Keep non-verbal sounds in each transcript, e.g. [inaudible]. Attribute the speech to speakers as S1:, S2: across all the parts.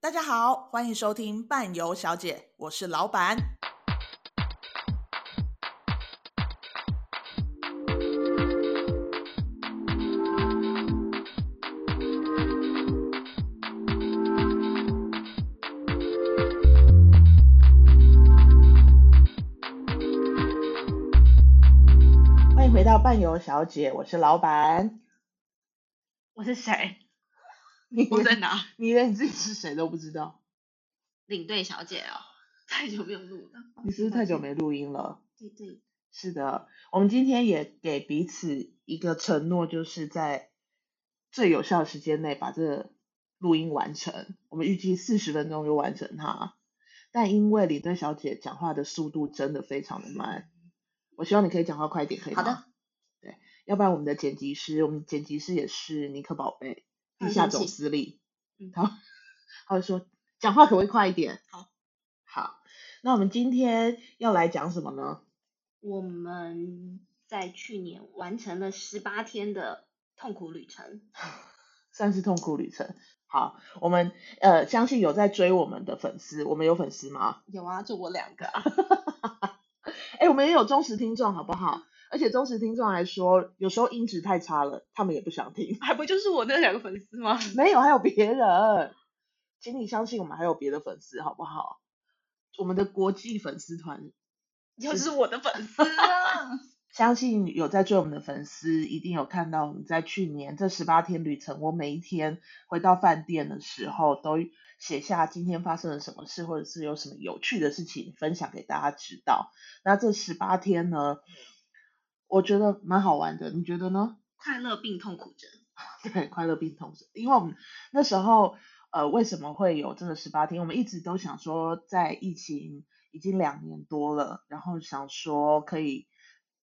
S1: 大家好，欢迎收听伴游小姐，我是老板。欢迎回到伴游小姐，我是老板。
S2: 我是谁？
S1: 你
S2: [laughs] 我在
S1: 连
S2: 哪？
S1: 你连你自己是谁都不知道，
S2: 领队小姐哦，太久没有录了。哦
S1: 你是不是太久没录音了？
S2: 对对，
S1: 是的，我们今天也给彼此一个承诺，就是在最有效的时间内把这个录音完成。我们预计四十分钟就完成它，但因为领队小姐讲话的速度真的非常的慢，我希望你可以讲话快一点，可以吗？
S2: 好的。
S1: 对，要不然我们的剪辑师，我们剪辑师也是尼克宝贝，地下总司令
S2: 嗯，
S1: 他他会说讲话可不可以快一点？
S2: 好，
S1: 好，那我们今天要来讲什么呢？
S2: 我们在去年完成了十八天的痛苦旅程。
S1: 算是痛苦旅程。好，我们呃相信有在追我们的粉丝，我们有粉丝吗？
S2: 有啊，就我两个啊。 [laughs]
S1: 哎、我们也有忠实听众，好不好？而且忠实听众还说，有时候音质太差了，他们也不想听。 [laughs]
S2: 还不就是我那两个粉丝吗？
S1: 没有，还有别人，请你相信我们还有别的粉丝，好不好？我们的国际粉丝团，
S2: 就是我的粉丝啊。
S1: 相信有在追我们的粉丝一定有看到，我们在去年这十八天旅程，我每一天回到饭店的时候，都写下今天发生了什么事，或者是有什么有趣的事情分享给大家知道。那这十八天呢，我觉得蛮好玩的，你觉得呢？
S2: 快乐并痛苦着。
S1: [laughs] 对，快乐病童，因为我们那时候呃，为什么会有这个十八天？我们一直都想说，在疫情已经两年多了，然后想说可以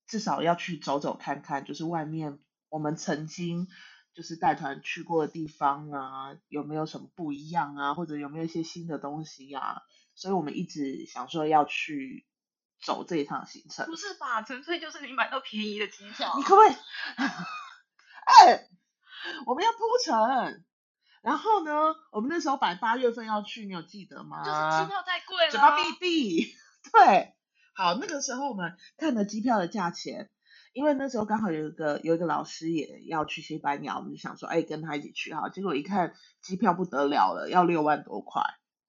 S1: 至少要去走走看看，就是外面我们曾经就是带团去过的地方啊，有没有什么不一样啊，或者有没有一些新的东西啊？所以我们一直想说要去走这一趟行程。
S2: 不是吧？纯粹就是你买到便宜的机票啊
S1: 你可不可以？ [laughs] 哎、我们要铺陈。然后呢，我们那时候摆八月份要去，你有记得吗？
S2: 就是机票太贵了。
S1: 嘴巴闭闭。 [laughs] 对，好，那个时候我们看了机票的价钱，因为那时候刚好有一个有一个老师也要去西班牙，我们就想说，哎，跟他一起去好。结果一看机票不得了了，要六万多块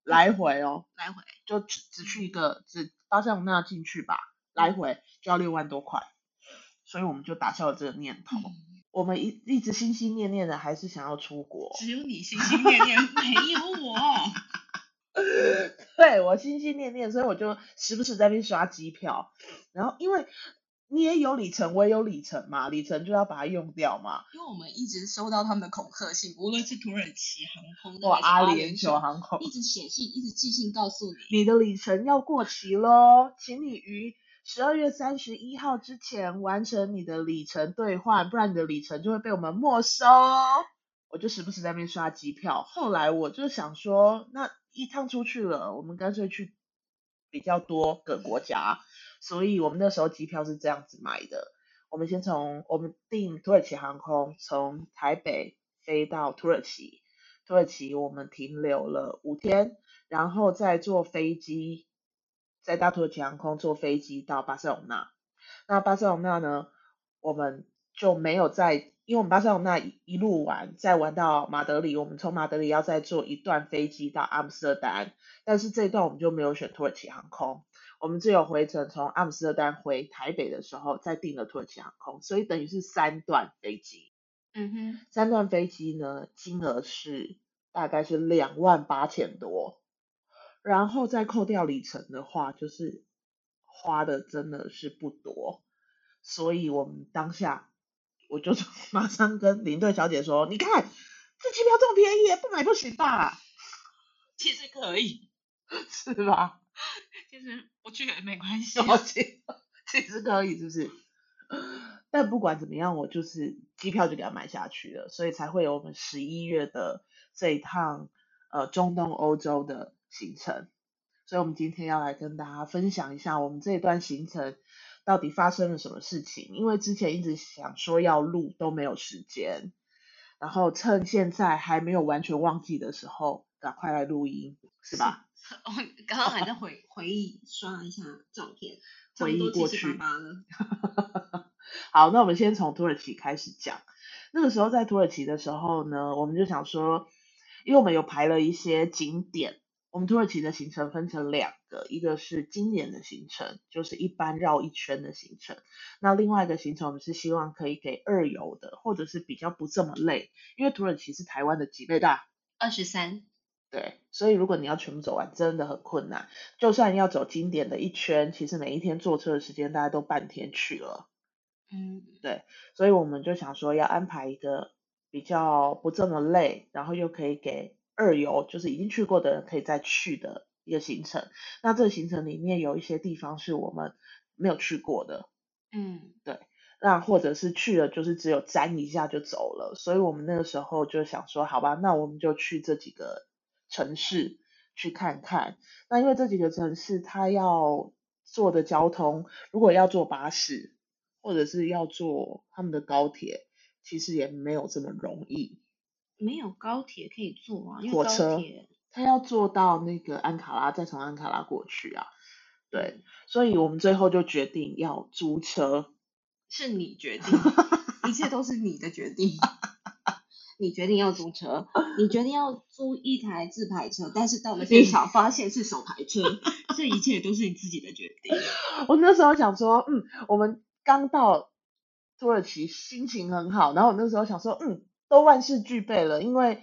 S1: 来回哦，
S2: 来回。
S1: 就只只去一个只巴塞罗那进去吧，来回就要六万多块，所以我们就打消了这个念头。
S2: 嗯
S1: 我们一一直心心念念的还是想要出国，
S2: 只有你心心念念，没有我。
S1: 对我心心念念，所以我就时不时在那边刷机票，然后因为你也有里程，我也有里程嘛，里程就要把它用掉嘛。
S3: [laughs] 因为我们一直收到他们的恐吓信，无论是土耳其航空的
S1: 哇，
S3: 还是
S1: 阿联
S3: 联
S1: 酋航空，
S3: 一直写信，一直寄信告诉你，
S1: 你的里程要过期喽，请你于十二月三十一号之前完成你的里程兑换，不然你的里程就会被我们没收。我就时不时在那边刷机票。后来我就想说，那一趟出去了，我们干脆去比较多个国家，所以我们那时候机票是这样子买的。我们先从我们订土耳其航空，从台北飞到土耳其，土耳其我们停留了五天，然后再坐飞机，在大土耳其航空坐飞机到巴塞罗那。那巴塞罗那呢，我们就没有在，因为我们巴塞罗那一一路玩，再玩到马德里，我们从马德里要再坐一段飞机到阿姆斯特丹，但是这一段我们就没有选土耳其航空，我们只有回程从阿姆斯特丹回台北的时候再订了土耳其航空，所以等于是三段飞机。
S2: 嗯哼，
S1: 三段飞机呢，金额是大概是两万八千多，然后再扣掉里程的话，就是花的真的是不多，所以我们当下我就马上跟领队小姐说：“你看这机票这么便宜，不买不行吧？ [laughs]
S3: 其实可以，
S1: 是吧？
S3: 其实不去也没关系
S1: 什么其其实可以，是不是？”但不管怎么样，我就是机票就给它买下去了，所以才会有我们十一月的这一趟呃中东欧洲的行程。所以，我们今天要来跟大家分享一下我们这一段行程到底发生了什么事情。因为之前一直想说要录都没有时间，然后趁现在还没有完全忘记的时候，赶快来录音，是吧？
S3: 啊
S2: 我刚刚还在回
S3: [laughs]
S2: 回忆刷一下照片，差
S1: 回
S2: 不多
S1: 忆过
S2: 七七
S1: 去
S2: 八八了。
S1: 好，那我们先从土耳其开始讲。那个时候在土耳其的时候呢，我们就想说，因为我们有排了一些景点，我们土耳其的行程分成两个，一个是经典的行程，就是一般绕一圈的行程；那另外一个行程，我们是希望可以给二游的，或者是比较不这么累，因为土耳其是台湾的几倍大，
S2: 二十三，
S1: 对，所以如果你要全部走完，真的很困难。就算要走经典的一圈，其实每一天坐车的时间大概都半天去了。
S2: 嗯，
S1: 所以我们就想说要安排一个比较不这么累，然后又可以给二游，就是已经去过的人可以再去的一个行程。那这个行程里面有一些地方是我们没有去过的，
S2: 嗯，
S1: 那或者是去了就是只有沾一下就走了。所以我们那个时候就想说，好吧，那我们就去这几个城市去看看。那因为这几个城市它要坐的交通，如果要坐巴士或者是要坐他们的高铁，其实也没有这么容易。
S2: 没有高铁可以坐啊，因
S1: 火
S2: 为高
S1: 车
S2: 铁
S1: 他要坐到那个安卡拉，再从安卡拉过去啊。对，所以我们最后就决定要租车。
S2: 是你决定，
S3: 一切都是你的决定。
S2: 你决定要租车，你决定要租一台自排车，但是到了
S1: 你
S2: 现场发现是手排车，这一切都是你自己的决定。
S1: 我那时候想说，嗯，我们刚到土耳其，心情很好。然后我那时候想说，嗯，都万事俱备了，因为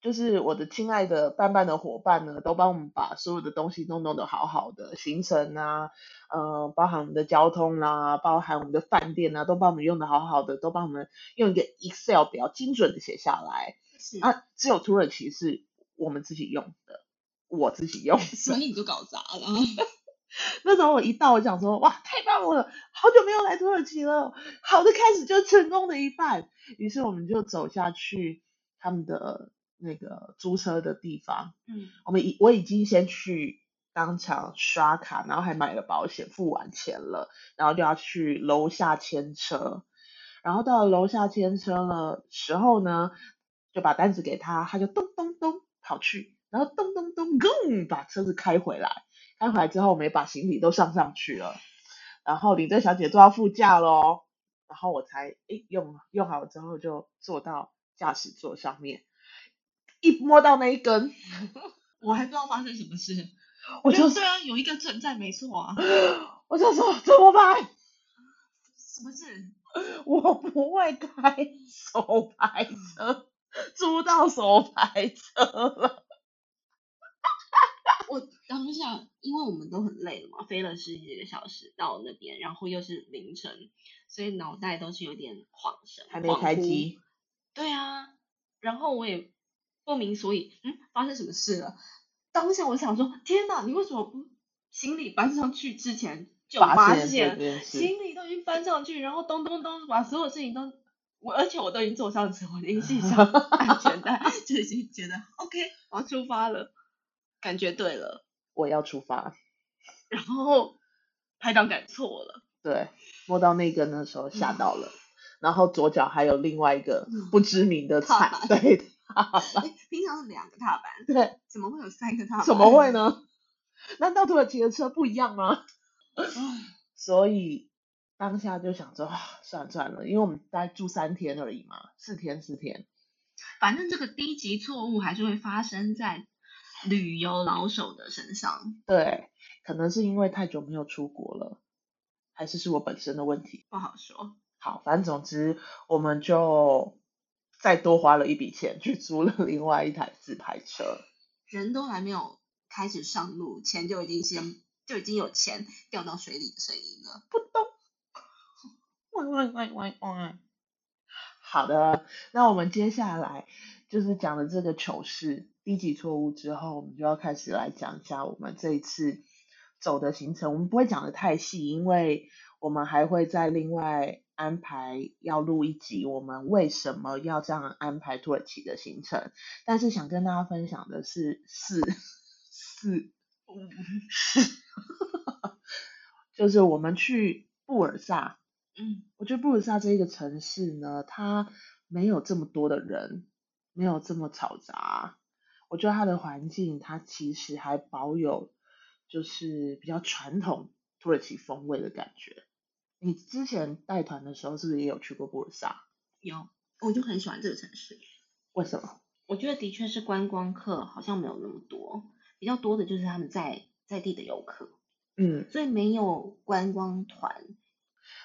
S1: 就是我的亲爱的伴伴的伙伴呢，都帮我们把所有的东西都弄得好好的，行程啊，呃，包含我们的交通啦、包含我们的饭店啊，都帮我们用的好好的，都帮我们用一个 Excel 表精准的写下来。
S2: 是
S1: 啊，只有土耳其是我们自己用的，我自己用的。
S3: 所以你就搞砸了。
S1: 那时候我一到，我想说，哇，太棒了，好久没有来土耳其了，好的开始就是成功的一半。于是我们就走下去他们的那个租车的地方，
S2: 嗯，
S1: 我们已我已经先去当场刷卡，然后还买了保险，付完钱了，然后就要去楼下牵车。然后到了楼下牵车了时候呢，就把单子给他，他就咚咚咚跑去，然后咚咚咚咚把车子开回来。开回来之后，我们也把行李都上上去了，然后领队小姐坐到副驾喽，然后我才诶用用好之后就坐到驾驶座上面，一摸到那一根，
S3: 我还不知道发生什么事。
S1: 我就
S3: 虽然有一个存在没
S1: [laughs]
S3: 错啊，
S1: 我就说怎么办？
S3: 什么事？
S1: 我不会开手排车，租到手排车了。
S2: 我当下因为我们都很累了嘛，飞了十几个小时到那边，然后又是凌晨，所以脑袋都是有点晃神，
S1: 还没开
S2: 恍惚
S1: 机，
S2: 对啊，然后我也不明所以，嗯，发生什么事了？当下我想说，天哪，你为什么不行李搬上去之前就
S1: 发
S2: 发
S1: 现这
S2: 现
S1: 件事，
S2: 行李都已经搬上去，然后咚咚咚把所有事情都，我而且我都已经坐上车，我已经系上安全带， [laughs] 就已经觉得 OK，我要出发了，感觉对了，
S1: 我要出发。
S2: 然后拍档感错了，
S1: 对，摸到那根的时候吓到了，然后左脚还有另外一个不知名的
S2: 踏
S1: 踩，
S2: 板
S1: 对，
S2: 哎，平常是两个踏板，
S1: 对，
S2: 怎么会有三个踏板？
S1: 怎么会？呢？难道土耳其的车不一样吗？ [laughs] 所以当下就想说，啊算了算了，因为我们大概住三天而已嘛，四天四天，
S2: [laughs] 反正这个低级错误还是会发生在旅游老手的身上，
S1: 对，可能是因为太久没有出国了，还是是我本身的问题。
S2: 不好说。
S1: 好，反正总之我们就再多花了一笔钱去租了另外一台自排车。
S2: 人都还没有开始上路，钱就已经先就已经有钱掉到水里的声音了。
S1: 喂喂喂喂喂。好的，那我们接下来就是讲了这个糗事、低级错误之后，我们就要开始来讲一下我们这一次走的行程。我们不会讲的太细，因为我们还会再另外安排要录一集，我们为什么要这样安排土耳其的行程。但是想跟大家分享的是 [laughs] 四四，就是我们去布尔萨。
S2: 嗯，
S1: 我觉得布鲁萨这一个城市呢，它没有这么多的人，没有这么嘈杂。我觉得它的环境，它其实还保有就是比较传统土耳其风味的感觉。你之前带团的时候，是不是也有去过布鲁萨？
S2: 有，我就很喜欢这个城市。
S1: 为什么？
S2: 我觉得的确是观光客好像没有那么多，比较多的就是他们在在地的游客，
S1: 嗯，
S2: 所以没有观光团。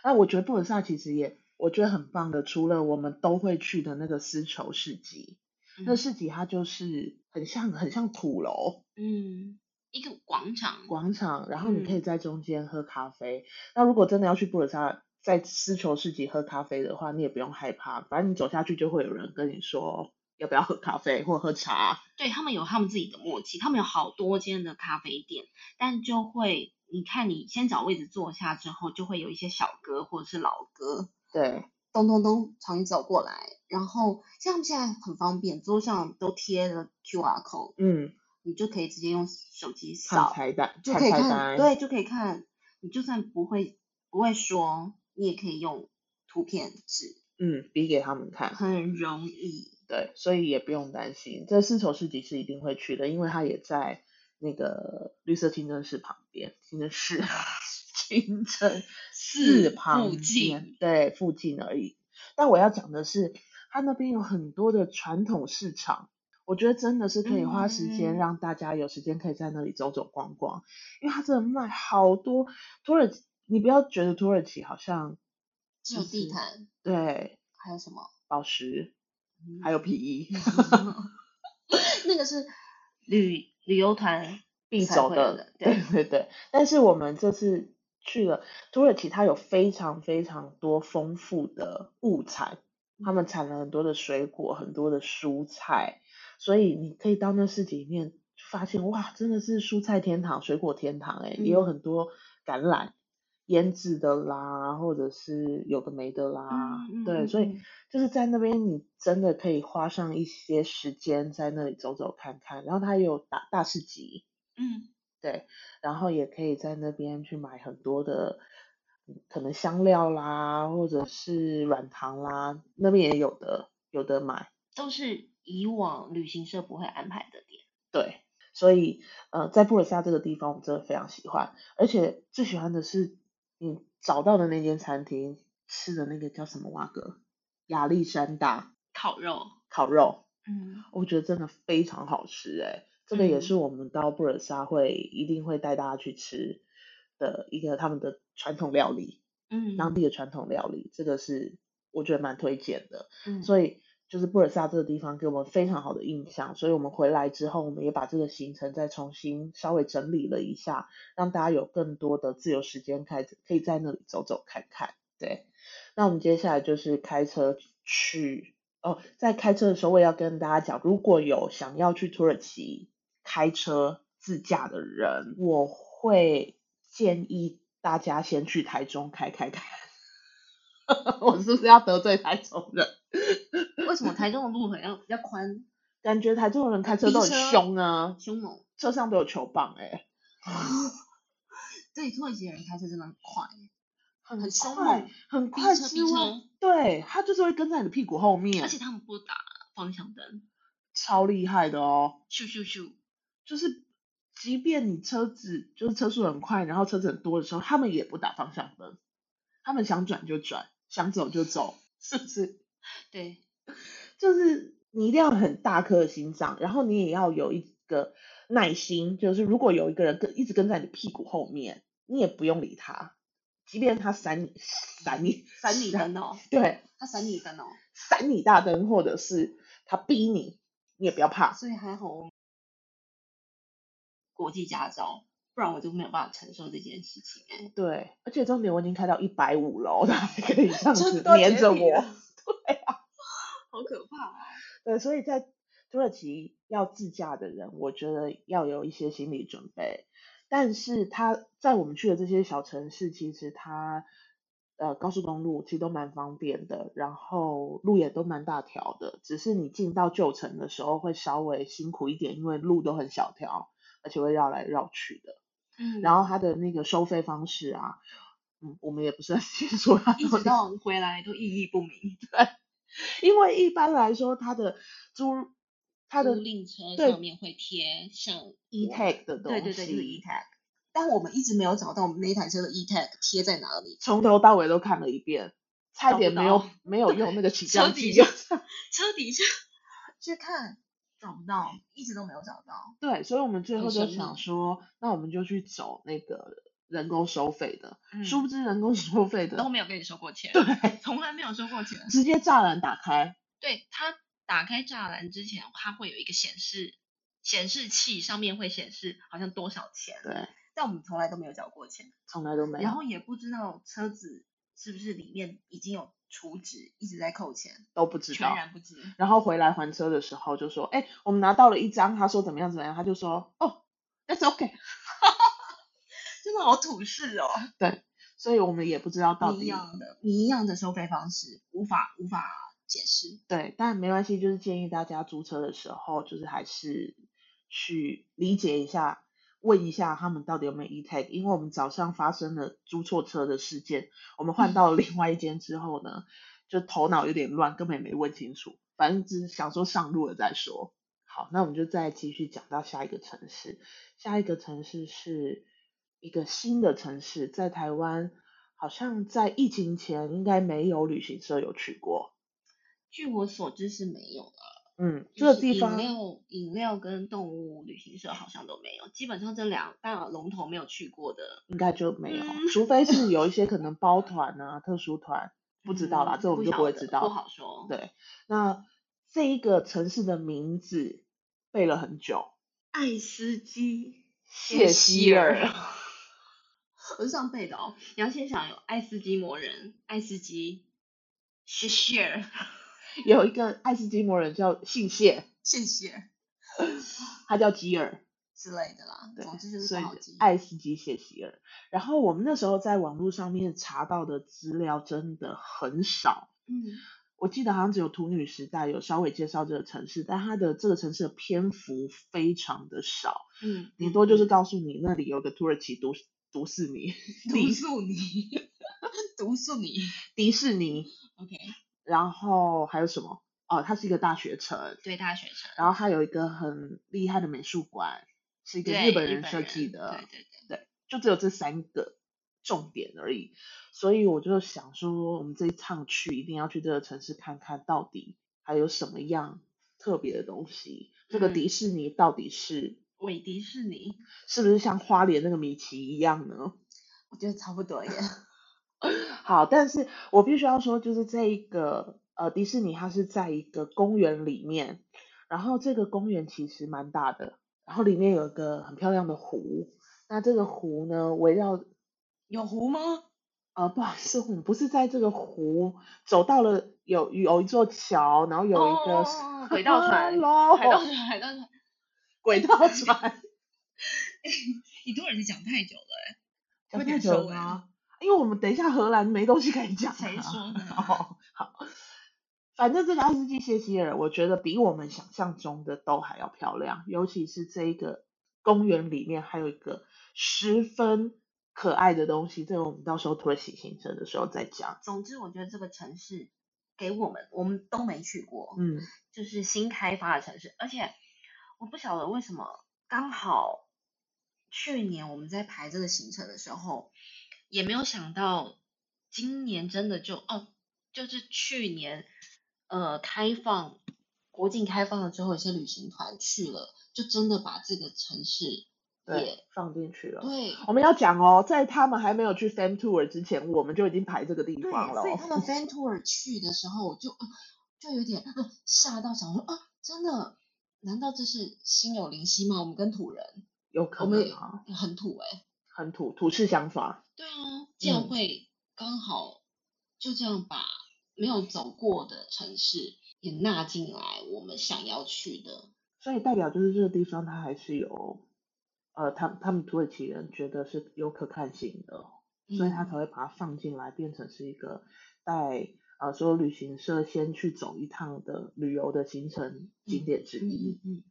S1: 那我觉得布鲁萨其实也，我觉得很棒的。除了我们都会去的那个丝绸市集，那
S2: 嗯
S1: 市集它就是很像很像土楼，
S2: 嗯，一个广场，
S1: 广场，然后你可以
S2: 嗯
S1: 在中间喝咖啡。那如果真的要去布尔萨在丝绸市集喝咖啡的话，你也不用害怕，反正你走下去就会有人跟你说要不要喝咖啡或喝茶。
S2: 对他们有他们自己的默契，他们有好多间的咖啡店，但就会你看你先找位置坐下之后，就会有一些小哥或者是老哥，
S1: 对，
S2: 咚咚咚朝你走过来，然后像他们现在很方便，桌上都贴了 QR code，
S1: 嗯，
S2: 你就可以直接用手机
S1: 看
S2: 扫，
S1: 菜单，
S2: 就
S1: 看
S2: 可以
S1: 菜
S2: 看，
S1: 单，，
S2: 对，就可以看。你就算不会不会说，你也可以用图片指，
S1: 嗯，比给他们看。
S2: 很容易。
S1: 对，所以也不用担心，这丝绸市集是一定会去的，因为它也在那个绿色清真寺旁边，清真寺， [laughs] 清真寺
S3: 寺
S1: 旁
S3: 啊附
S1: 边
S3: 近，
S1: 对，附近而已。但我要讲的是，它那边有很多的传统市场，我觉得真的是可以花时间
S2: 嗯
S1: 让大家有时间可以在那里走走逛逛，因为它真的卖好多土耳其，你不要觉得土耳其好像
S2: 只有地
S1: 是
S2: 毯，
S1: 对
S2: 还有什么？
S1: 宝石，还有皮衣。
S3: 嗯
S2: 那个是旅旅游团
S1: 必
S2: 才
S1: 走
S2: 会
S1: 的，
S2: 对
S1: [laughs] 对
S3: [laughs]
S1: 对对。但是我们这次去了土耳其，它有非常非常多丰富的物产，他们产了很多的水果，很多的蔬菜，所以你可以到那市集里面发现，哇，真的是蔬菜天堂、水果天堂、欸，也有
S2: 嗯
S1: 很多橄榄。腌制的啦，或者是有的没的啦，
S2: 嗯嗯
S1: 对，
S2: 嗯
S1: 所以
S2: 嗯
S1: 就是在那边，你真的可以花上一些时间在那里走走看看，然后它也有大大市集，
S2: 嗯，
S1: 对，然后也可以在那边去买很多的嗯可能香料啦，或者是软糖啦，那边也有的有的买。
S2: 都是以往旅行社不会安排的点。
S1: 对，所以呃，在布尔萨这个地方，我真的非常喜欢，而且最喜欢的是你找到的那间餐厅吃的那个叫什么蛙哥亚历山大
S2: 烤肉，
S1: 烤肉，
S2: 嗯，
S1: 我觉得真的非常好吃诶、这个也
S2: 嗯
S1: 是我们到布尔萨会一定会带大家去吃的一个他们的传统料理。
S2: 嗯
S1: 当地的传统料理，这个是我觉得蛮推荐的。
S2: 嗯
S1: 所以就是布尔萨这个地方给我们非常好的印象，所以我们回来之后，我们也把这个行程再重新稍微整理了一下，让大家有更多的自由时间开始可以在那里走走看看。对，那我们接下来就是开车去哦，在开车的时候，我也要跟大家讲，如果有想要去土耳其开车自驾的人，我会建议大家先去台中开开看。 [laughs] 我是不是要得罪台中人？
S2: 为什么台中的路很要比较宽
S1: 感觉台中人开车
S2: 逼
S1: 都很
S2: 车
S1: 凶啊，
S2: 凶哦猛？
S1: 车上都有球棒哎、
S2: 对，土耳其人开车真的很快，
S1: 很
S2: 很啊凶
S1: 快
S2: 猛，
S1: 很
S2: 逼
S1: 快
S2: 车
S1: 之
S2: 逼车
S1: 外，对他就是会跟在你的屁股后面
S2: 而，且他们不打方向灯，
S1: 超厉害的哦。
S2: 咻咻咻，
S1: 就是即便你车子就是车速很快，然后车子很多的时候，他们也不打方向灯，他们想转就转，想走就走，是不是？
S2: 对，
S1: 就是你一定要有很大颗的心脏，然后你也要有一个耐心，就是如果有一个人跟一直跟在你屁股后面，你也不用理他，即便他闪你闪你
S2: 闪你灯哦，
S1: 对
S2: 他闪你灯哦，
S1: 闪你大灯，或者是他逼你，你也不要怕。
S2: 所以还好我国际驾照，不然我就没有办法承受这件事情哎、
S1: 对，而且重点我已经开到一百五了，哦他还可以这样
S3: 真
S1: 子
S3: 的
S1: 黏
S3: 解
S1: 着
S3: 体
S1: 我啊
S3: 了。
S2: 好可怕哦、
S1: 对，所以在土耳其要自驾的人，我觉得要有一些心理准备。但是它在我们去的这些小城市，其实它呃高速公路其实都蛮方便的，然后路也都蛮大条的。只是你进到旧城的时候会稍微辛苦一点，因为路都很小条，而且会绕来绕去的。
S2: 嗯
S1: 然后它的那个收费方式啊，嗯，我们也不是很 [laughs] 清楚啊它
S2: 一直
S1: 到底
S2: 到回来都意义不明。
S1: 因为一般来说，它的租它的
S2: 租赁车
S1: 对
S2: 上面会贴上
S1: e tag 的东
S2: 对
S1: 西，
S2: 对对，就是 e tag。
S3: 但我们一直没有找到我们那一台车的 e tag 贴在哪里。
S1: 从头到尾都看了一遍，差
S2: 找
S1: 点
S2: 不
S1: 没有
S2: 到
S1: 没有用那个起
S2: 车
S1: 降
S2: 底
S1: 机
S2: 下，
S3: [laughs]
S2: 车底下，
S3: 去看，找不到，一直都没有找到。
S1: 对，所以我们最
S2: 很
S1: 后就
S2: 神秘
S1: 想说，那我们就去走那个人工收费的，殊
S3: 嗯
S2: 书
S1: 不知人工 [laughs] 收费
S2: 嗯都
S1: 的
S2: 没有跟你收过钱，
S1: 对
S2: 从来没有收过钱。
S1: 直接栅栏打开，
S2: 对，它打开栅栏之前，它会有一个显示显示器，上面会显示好像多少钱，
S1: 对，
S3: 但我们从来都没有找过钱，
S1: 从来都没有
S3: 然，后也不知道车子是不是里面已经有储值，一直在扣钱，
S1: 都不知
S3: 全
S1: 道。
S3: 然不知。
S1: 然后回来还车的时候就说，哎、我们拿到了一张，他说怎么样怎么样，他就说，哦，that's okay。
S3: 真的好土式 [laughs] 哦，
S1: 所以我们也不知道到
S3: 一
S1: 底
S3: 样的，一样的收费方式，无法无法解释。 [laughs]
S1: 对，但没关系，就是建议大家租车的时候，就是还是去理解一下，问一下他们到底有没有 e tag，因为我们早上发生了租错车的事件，我们换到另外一间之后呢，就头脑有点乱，根本也没问清楚，反正只是想说上路了再说。好，那我们就再继续讲到下一个城市，下一个城市是一个新的城市，在台湾好像在疫情前应该没有旅行社有去过。
S2: 据我所知是没有的。
S1: 嗯，
S2: 就
S1: 这个
S2: 是
S1: 地方
S2: 饮料、饮料跟动物旅行社好像都没有，基本上这两大龙头没有去过的，
S1: 应该就没有，
S2: 嗯
S1: 除非是有一些可能包团啊、特殊团，不知道啦，
S2: 嗯
S1: 这我们就
S2: 不
S1: 不会
S2: 晓
S1: 知
S2: 得
S1: 道。
S2: 不好说。
S1: 对，那这一个城市的名字背了很久，
S2: 爱斯基
S1: 谢希尔。
S2: 我是这样背的哦。你要先想有爱斯基摩人、爱斯基、谢谢尔，
S1: [laughs] 有一个爱斯基摩人叫姓谢，
S3: 谢谢
S1: 他叫吉尔，
S3: 之类的啦。
S1: 对
S3: 总之就是
S1: 所
S3: 不
S1: 以
S3: 好
S1: 就
S3: 记。
S1: 爱斯基谢希尔。然后我们那时候在网络上面查到的资料真的很少，
S2: 嗯，
S1: 我记得好像只有《土女时代》有稍微介绍这个城市，但它的这个城市的篇幅非常的少，
S2: 嗯，
S1: 顶多就是告诉你那里有个土耳其毒毒士尼、
S3: 毒素你，
S2: [laughs]
S3: 毒素你。
S1: 迪士尼，
S3: OK，
S1: 然后还有什么？哦，它是一个大学城，
S2: 对大学生，
S1: 然后它有一个很厉害的美术馆，是一个
S2: 对
S1: 日本人设计的，
S2: 对对对，
S1: 就只有这三个重点而已。所以我就想说，我们这一趟去一定要去这个城市看看到底还有什么样特别的东西。这个
S2: 嗯
S1: 迪士尼到底是
S2: 伪迪士尼，
S1: 是不是像花莲那个米奇一样呢？
S3: 我觉得差不多耶。
S1: [laughs] 好，但是我必须要说，就是这一个呃迪士尼，它是在一个公园里面，然后这个公园其实蛮大的，然后里面有一个很漂亮的湖。那这个湖呢，围绕
S3: 有湖吗？
S1: 呃，不好意思，我们不是在这个湖走到了有有一座桥，然后有一个
S2: 哦
S1: 是
S2: 哦哦轨
S1: [laughs]
S2: 道船
S1: Hello，
S2: 海盗船，海盗船，
S1: 轨道船，
S3: 你突然是讲太久了。快
S1: 讲
S3: 点
S1: 太久
S3: 收
S1: 了
S3: 尾
S1: 吗？因为我们等一下荷兰没东西可以讲、啊。
S3: 谁说的？
S1: 哦，好，反正这个爱斯基谢希尔，我觉得比我们想象中的都还要漂亮，尤其是这一个公园里面还有一个十分可爱的东西，这个我们到时候土耳其行程的时候再讲。
S2: 总之我觉得这个城市给我们，我们都没去过，
S1: 嗯，
S2: 就是新开发的城市，而且我不晓得为什么刚好
S3: 去年我们在排这个行程的时候，
S2: 也没有想到今年真的就哦，就是去年呃开放
S3: 国境开放了之后，有些旅行团去了，就真的把这个城市
S1: 对
S3: 也，
S1: 放进去了。
S3: 对
S1: 我们要讲哦，在他们还没有去 Fam Tour 之前，我们就已经排这个地
S3: 对，
S1: 方了
S3: 所以
S1: 哦。[laughs]
S3: 他们 fan tour 去的时候，我就呃就有点呃吓到，想说啊，真的。难道这是心有灵犀吗？我们跟土人
S1: 有可
S3: 我们
S1: 能
S3: 也
S1: 啊，
S3: 很土哎、
S1: 很土土式想法。
S3: 对啊，竟然
S1: 嗯
S3: 会刚好就这样把没有走过的城市也纳进来，我们想要去的。
S1: 所以代表就是这个地方，它还是有，呃，他他们土耳其人觉得是有可看性的，所以他才
S3: 嗯
S1: 会把它放进来，变成是一个带呃所有旅行社先去走一趟的旅游的行程景点之一。
S3: 嗯
S1: [laughs]
S3: 嗯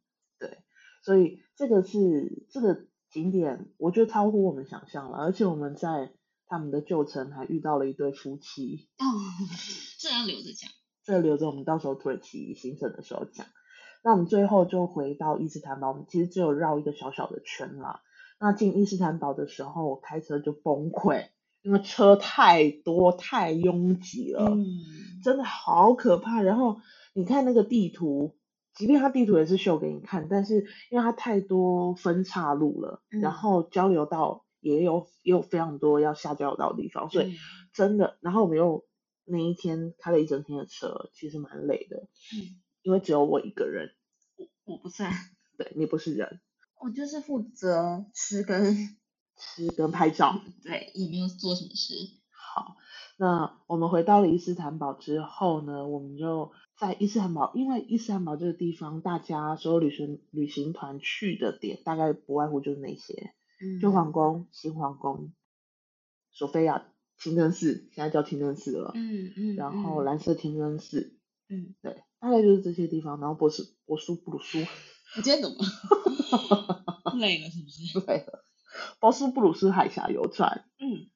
S1: 所以这个是这个景点，我觉得超乎我们想象了，而且我们在他们的旧城还遇到了一对夫妻，
S3: 嗯，哦，这要留着讲。
S1: 这留着我们到时候土耳其行程的时候讲。那我们最后就回到伊斯坦堡，我们其实只有绕一个小小的圈啦。那进伊斯坦堡的时候，我开车就崩溃，因为车太多太拥挤了。
S3: 嗯，
S1: 真的好可怕。然后你看那个地图，即便它地图也是秀给你看，但是因为它太多分岔路了，
S3: 嗯
S1: 然后交流道也有也有非常多要下交流道的地方，所以
S3: 嗯
S1: 真的，然后我们又那一天开了一整天的车，其实蛮累的，
S2: 嗯
S1: 因为只有我一个人，
S2: 我不
S3: [laughs]
S2: 算，
S1: 对你不是人，
S3: 我哦就是负责吃跟
S1: 是跟拍照。
S2: 对，
S3: 也没有做什么事。
S1: 好，那我们回到了伊斯坦堡之后呢，我们就在伊斯坦堡，因为伊斯坦堡这个地方，大家所有旅行旅行团去的点，大概不外乎就是那些，
S2: 嗯
S1: 就皇宫、新皇宫、索菲亚清真寺，现在叫清真寺了，
S2: 嗯嗯，
S1: 然后
S2: 嗯，
S1: 蓝色清真寺，
S2: 嗯，
S1: 对，大概就是这些地方，然后博斯博苏布鲁苏，
S3: 你今
S2: [laughs]
S3: 天怎么累了？是不是？
S1: 对了，博苏布鲁苏海峡游船，
S2: 嗯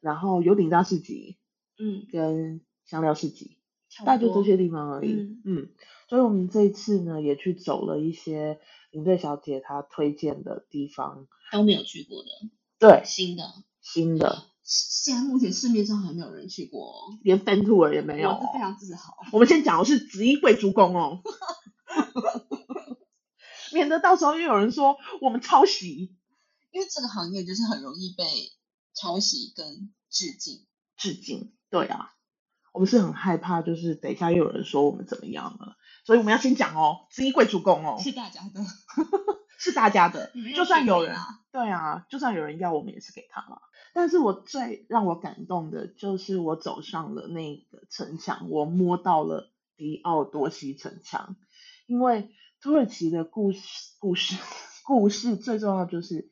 S1: 然后有顶大市集
S2: 嗯，
S1: 跟香料市集，
S2: 差不
S1: 大概就
S2: 多
S1: 这些地方而已。
S2: 嗯
S1: 所以我们这一次呢，也去走了一些领队小姐她推荐的地方，
S3: 都没有去过的，
S1: 对，
S3: 新的，
S1: 新的，
S3: 是现在目前市面上还没有人去过哦。
S1: 连 Fan Tour 也没有、
S2: 我是非
S1: 哦。
S2: 常自豪。
S1: 我们先讲的是紫衣贵族宫
S2: [laughs]
S1: 哦， [laughs] 免得到时候又有人说我们抄袭
S3: 因为这个行业就是很容易被抄袭跟致敬。
S1: 致敬。对啊，我们是很害怕，就是等一下又有人说我们怎么样了，所以我们要先讲哦，紫衣贵族宫哦
S3: 是大家的，
S1: 是大家的
S2: 你们，要
S1: 就算
S2: 去
S1: 有
S2: 哪
S1: 人对啊，就算有人要，我们也是给他了。但是我最让我感动的就是我走上了那个城墙，我摸到了迪奥多西城墙，因为土耳其的故事故事故事最重要就是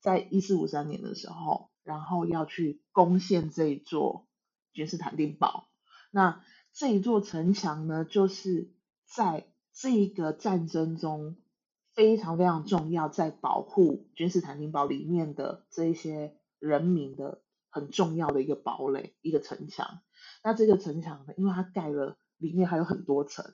S1: 在一四五三年的时候，然后要去攻陷这一座君士坦丁堡。那这一座城墙呢，就是在这个战争中非常非常重要，在保护君士坦丁堡里面的这一些人民的很重要的一个堡垒，一个城墙。那这个城墙呢，因为它盖了里面还有很多层，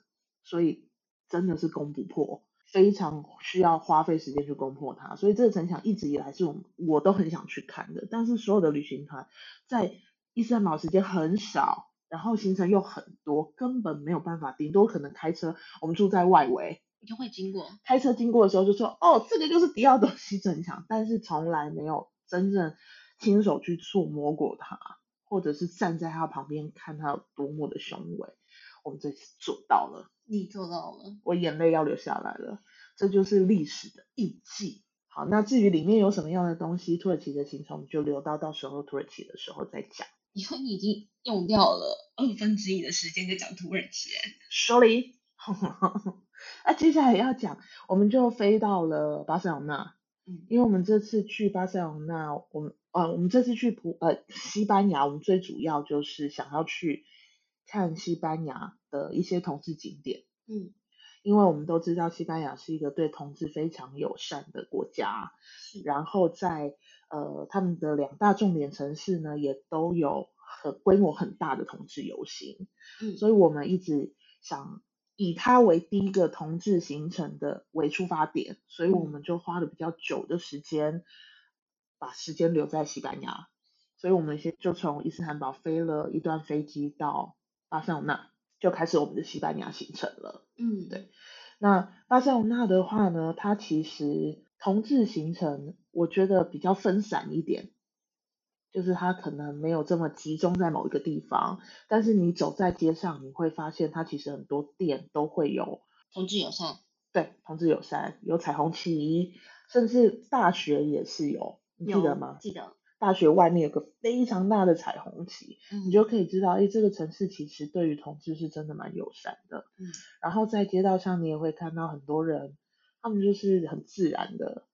S1: 所以真的是攻不破，非常需要花费时间去攻破它。所以这个城墙一直以来是我们我都很想去看的，但是所有的旅行团在伊斯坦堡时间很少，然后行程又很多，根本没有办法，顶多可能开车，我们住在外围，
S3: 你就会经过。
S1: 开车经过的时候就说哦，这个就是迪奥多西城墙，但是从来没有真正亲手去触摸过它，或者是站在它旁边看它有多么的雄伟。我们这次做到了。
S3: 你做到了，
S1: 我眼泪要流下来了。这就是历史的印记。好，那至于里面有什么样的东西，土耳其的行程我们就留到到时候土耳其的时候再讲。
S3: 因为你已经用掉了二分之一的时间在讲土耳其耶。
S1: Sorry，那接下来要讲，我们就飞到了巴塞罗那。
S2: 嗯，
S1: 因为我们这次去巴塞罗那，我们呃，我们这次去葡呃西班牙，我们最主要就是想要去看西班牙的一些同志景点。
S2: 嗯，
S1: 因为我们都知道西班牙是一个对同志非常友善的国家，然后在呃他们的两大重点城市呢，也都有很规模很大的同志游行，
S2: 嗯
S1: 所以我们一直想以它为第一个同志行程的为出发点，所以我们就花了比较久的时间，把时间留在西班牙，所以我们先就从伊斯坦堡飞了一段飞机到巴塞罗那，就开始我们的西班牙行程了。
S2: 嗯，
S1: 对那巴塞罗那的话呢，它其实同志行程我觉得比较分散一点，就是它可能没有这么集中在某一个地方，但是你走在街上，你会发现它其实很多店都会有
S3: 同志友善，
S1: 对同志友善，有彩虹旗，甚至大学也是有，你记
S2: 有
S1: 得吗？
S2: 记得，
S1: 大学外面有个非常大的彩虹旗，
S3: 嗯
S1: 你就可以知道，哎，这个城市其实对于同志是真的蛮友善的。
S3: 嗯，
S1: 然后在街道上你也会看到很多人，他们就是很自然的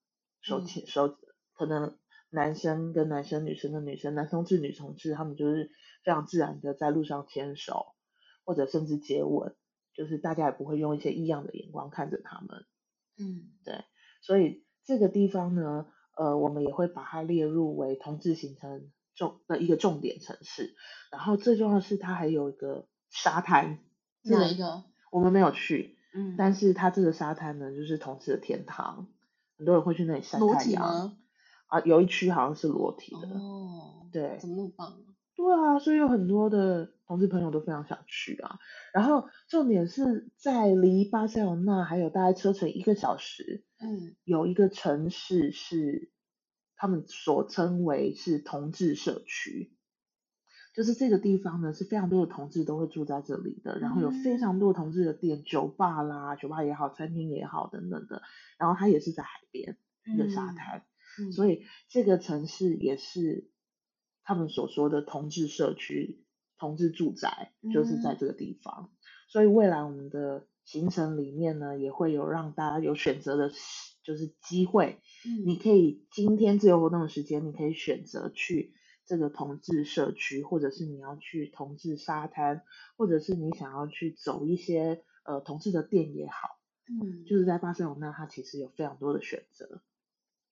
S1: 手
S3: 嗯
S1: 牵、手，可能男生跟男生、女生跟女生、男同志、女同志，他们就是非常自然的在路上牵手，或者甚至接吻，就是大家也不会用一些异样的眼光看着他们。
S3: 嗯，
S1: 所以这个地方呢，呃，我们也会把它列入为同志行程重的一个重点城市。然后最重要的是，它还有一个沙滩，这
S3: 哪
S1: 个
S3: 一个？
S1: 我们没有去，
S2: 嗯，
S1: 但是它这个沙滩呢，就是同志的天堂，很多人会去那里晒
S3: 裸
S1: 太
S3: 体
S1: 阳
S3: 吗？
S1: 啊。有一区好像是裸体的，
S3: 哦，
S1: 对
S3: 怎么那么棒啊？
S1: 对啊，所以有很多的同志朋友都非常想去啊。然后重点是在离巴塞罗那还有大概车程一个小时，
S3: 嗯，
S1: 有一个城市是他们所称为是同志社区，就是这个地方呢是非常多的同志都会住在这里的，然后有非常多的同志的店、酒吧啦、酒吧也好、餐厅也好等等的，然后它也是在海边一个沙
S3: 嗯
S1: 滩，
S3: 嗯
S1: 所以这个城市也是他们所说的同志社区、同志住宅，就是在
S3: 嗯
S1: 这个地方。所以未来我们的行程里面呢，也会有让大家有选择的，就是机会。
S3: 嗯
S1: 你可以今天自由活动的时间，你可以选择去这个同志社区，或者是你要去同志沙滩，或者是你想要去走一些呃同志的店也好。
S3: 嗯
S1: 就是在巴塞罗那，它其实有非常多的选择，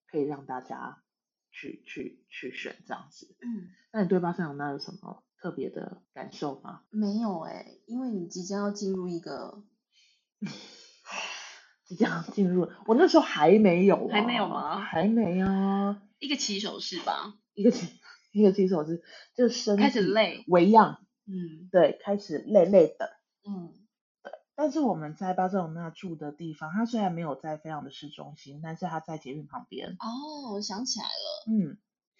S1: 可以让大家去去去选这样子。
S3: 嗯
S1: 那你对巴塞罗那有什么特别的感受吗？
S3: 没有哎、因为你即将要进入一个
S1: 即将进入，我那时候还没有、啊，
S2: 还没有吗
S1: 还没啊，
S2: 一个起手式吧，
S1: 一个起一个起手是就身
S2: 开始
S1: 体
S2: 累，
S1: 为样，
S2: 嗯，
S1: 对，开始累累的。
S3: 嗯
S1: 但是我们在巴塞罗那住的地方，它虽然没有在非常的市中心，但是它在捷运旁边。
S3: 哦，我想起来了，
S1: 嗯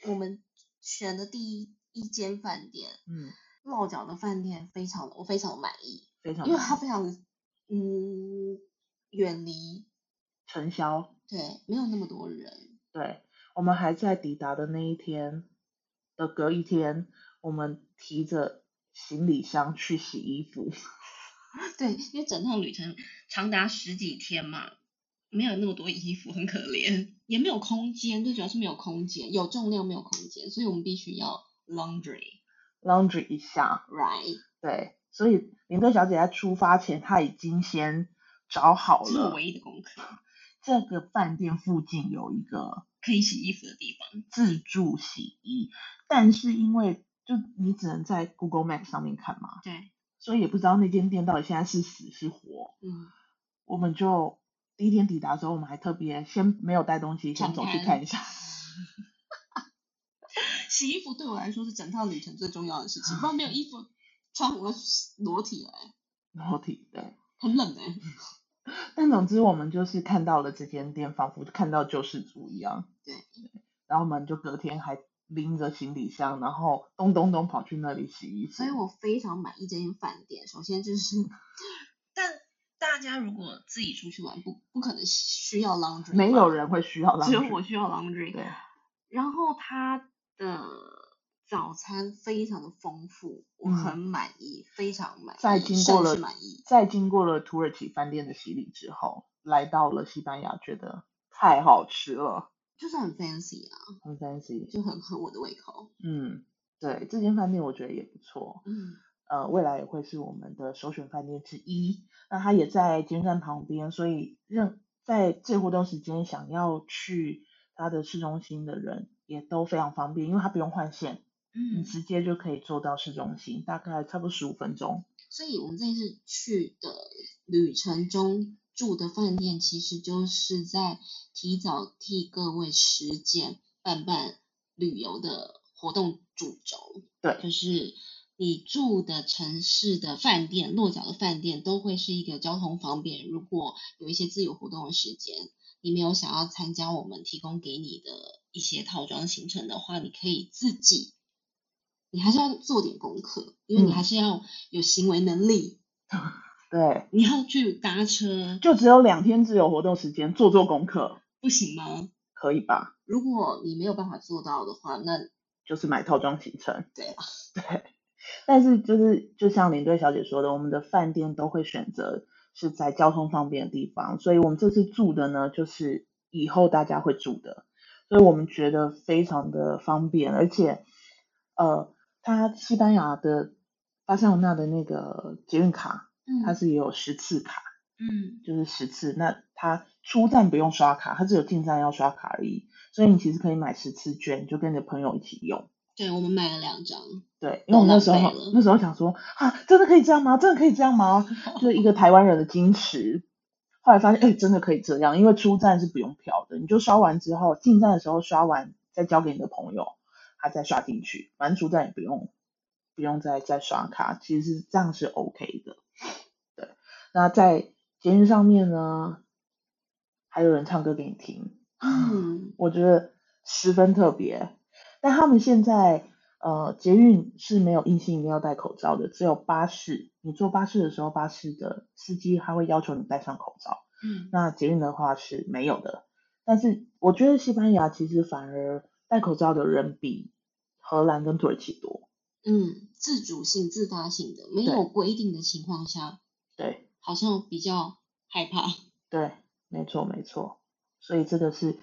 S3: 我们选的第一一间饭店
S1: 嗯，
S3: 落脚的饭店非常我非常满意，
S1: 非常
S3: 因为它非常嗯远离，
S1: 承销。
S3: 对，没有那么多人，
S1: 对，我们还在抵达的那一天的隔一天，我们提着行李箱去洗衣服。
S3: 对，
S2: 因为整趟旅程长达十几天嘛，没有那么多衣服，很可怜。
S3: 也没有空间，最主要是没有空间，有重量没有空间，所以我们必须要 laundry
S1: laundry 一下，
S3: right
S1: 对，所以领队小姐在出发前，她已经先找好
S2: 这是我
S1: 了
S2: 唯一的功课，
S1: 这个饭店附近有一个
S2: 可以洗衣服的地方。
S1: 自助洗衣，但是因为就你只能在 Google Map 上面看嘛，
S2: 对，
S1: 所以也不知道那间店到底现在是死是活。
S3: 嗯
S1: 我们就第一天抵达的时候，我们还特别先没有带东西，先
S3: 长
S1: 走去
S3: 滩
S1: 看一下。 [laughs]
S3: 洗衣服对我来说是整趟旅程最重要的事情，不然没有衣服穿，我要裸体了欸、
S1: 裸体对。
S3: 很冷哎、
S1: 但总之，我们就是看到了这间店，仿佛看到救世主一样。
S3: 对。
S1: 然后我们就隔天还拎着行李箱，然后咚咚咚跑去那里洗衣服。
S3: 所以我非常满意这间饭店。首先 [laughs] 就是，
S2: 但大家如果自己出
S3: 出
S2: 去
S3: 去
S2: 玩，
S3: 玩不不可能需要 [laughs] laundry，
S1: 没有
S3: 吧
S1: 人会需要浪
S2: 只
S1: 费。
S2: 有我需要 laundry。
S1: 对，
S3: 然后它的早餐非常的丰富，我
S1: 嗯
S3: 很满意，非常满意，
S1: 在经
S3: 甚
S1: 过
S3: 是
S1: 了
S3: 满意。
S1: 在经过了土耳其饭店的洗礼之后，来到了西班牙，觉得太好吃了，
S3: 就是很 fancy 啊，
S1: 很 fancy。
S3: 就很合我的胃口。
S1: 嗯，对，这间饭店我觉得也不错。
S3: 嗯，
S1: 呃，未来也会是我们的首选饭店之一。那它也在捷运站旁边，所以任在这活动时间想要去它的市中心的人也都非常方便，因为它不用换线，你
S2: 嗯，
S1: 直接就可以坐到市中心，大概差不多十五分钟。
S3: 所以我们这一次去的旅程中住的饭店，其实就是在提早替各位实践办办旅游的活动主轴。
S1: 对
S3: 就是你住的城市的饭店、落脚的饭店都会是一个交通方便。如果有一些自由活动的时间，你没有想要参加我们提供给你的一些套装行程的话，你可以自己，你还是要做点功课，因为你
S1: 嗯
S3: 还是要有行为能力，
S1: 对，
S3: 你要去搭车，
S1: 就只有两天自由活动时间，做做功课
S3: 不行吗？
S1: 可以吧？
S3: 如果你没有办法做到的话，那
S1: 就是买套装行程。
S3: 对啊啦，
S1: 对，但是就是就像领队小姐说的，我们的饭店都会选择是在交通方便的地方，所以我们这次住的呢，就是以后大家会住的，所以我们觉得非常的方便，而且呃，它西班牙的巴塞罗那的那个捷运卡，
S3: 嗯
S1: 它是也有十次卡，
S2: 嗯，
S1: 就是十次，那它出站不用刷卡，它只有进站要刷卡而已，所以你其实可以买十次券，就跟着朋友一起用。
S3: 对我们买了两张，
S1: 对，因为我哦
S3: 都
S1: 那
S3: 浪
S1: 时候
S3: 费了
S1: [laughs] 那时候想说啊，真的可以这样吗？真的可以这样吗？就是一个台湾人的矜持。后来发现，哎、真的可以这样，因为出站是不用票的，你就刷完之后，进站的时候刷完再交给你的朋友，他再刷进去，反正出站也不用不用再再刷卡，其实这样是 OK 的。对，那在节目上面呢，还有人唱歌给你 [laughs] 听，
S3: 嗯，
S1: 我觉得十分特别。但他们现在呃，捷运是没有硬性一定要戴口罩的，只有巴士。你坐巴士的时候，巴士的司机他会要求你戴上口罩。
S2: 嗯，
S1: 那捷运的话是没有的。但是我觉得西班牙其实反而戴口罩的人比荷兰跟土耳其多。
S3: 嗯，自主性、自发性的，没
S1: 对
S3: 有规定的情况下，
S1: 对
S3: 好像比较害怕。
S1: 对，没错没错。所以这个是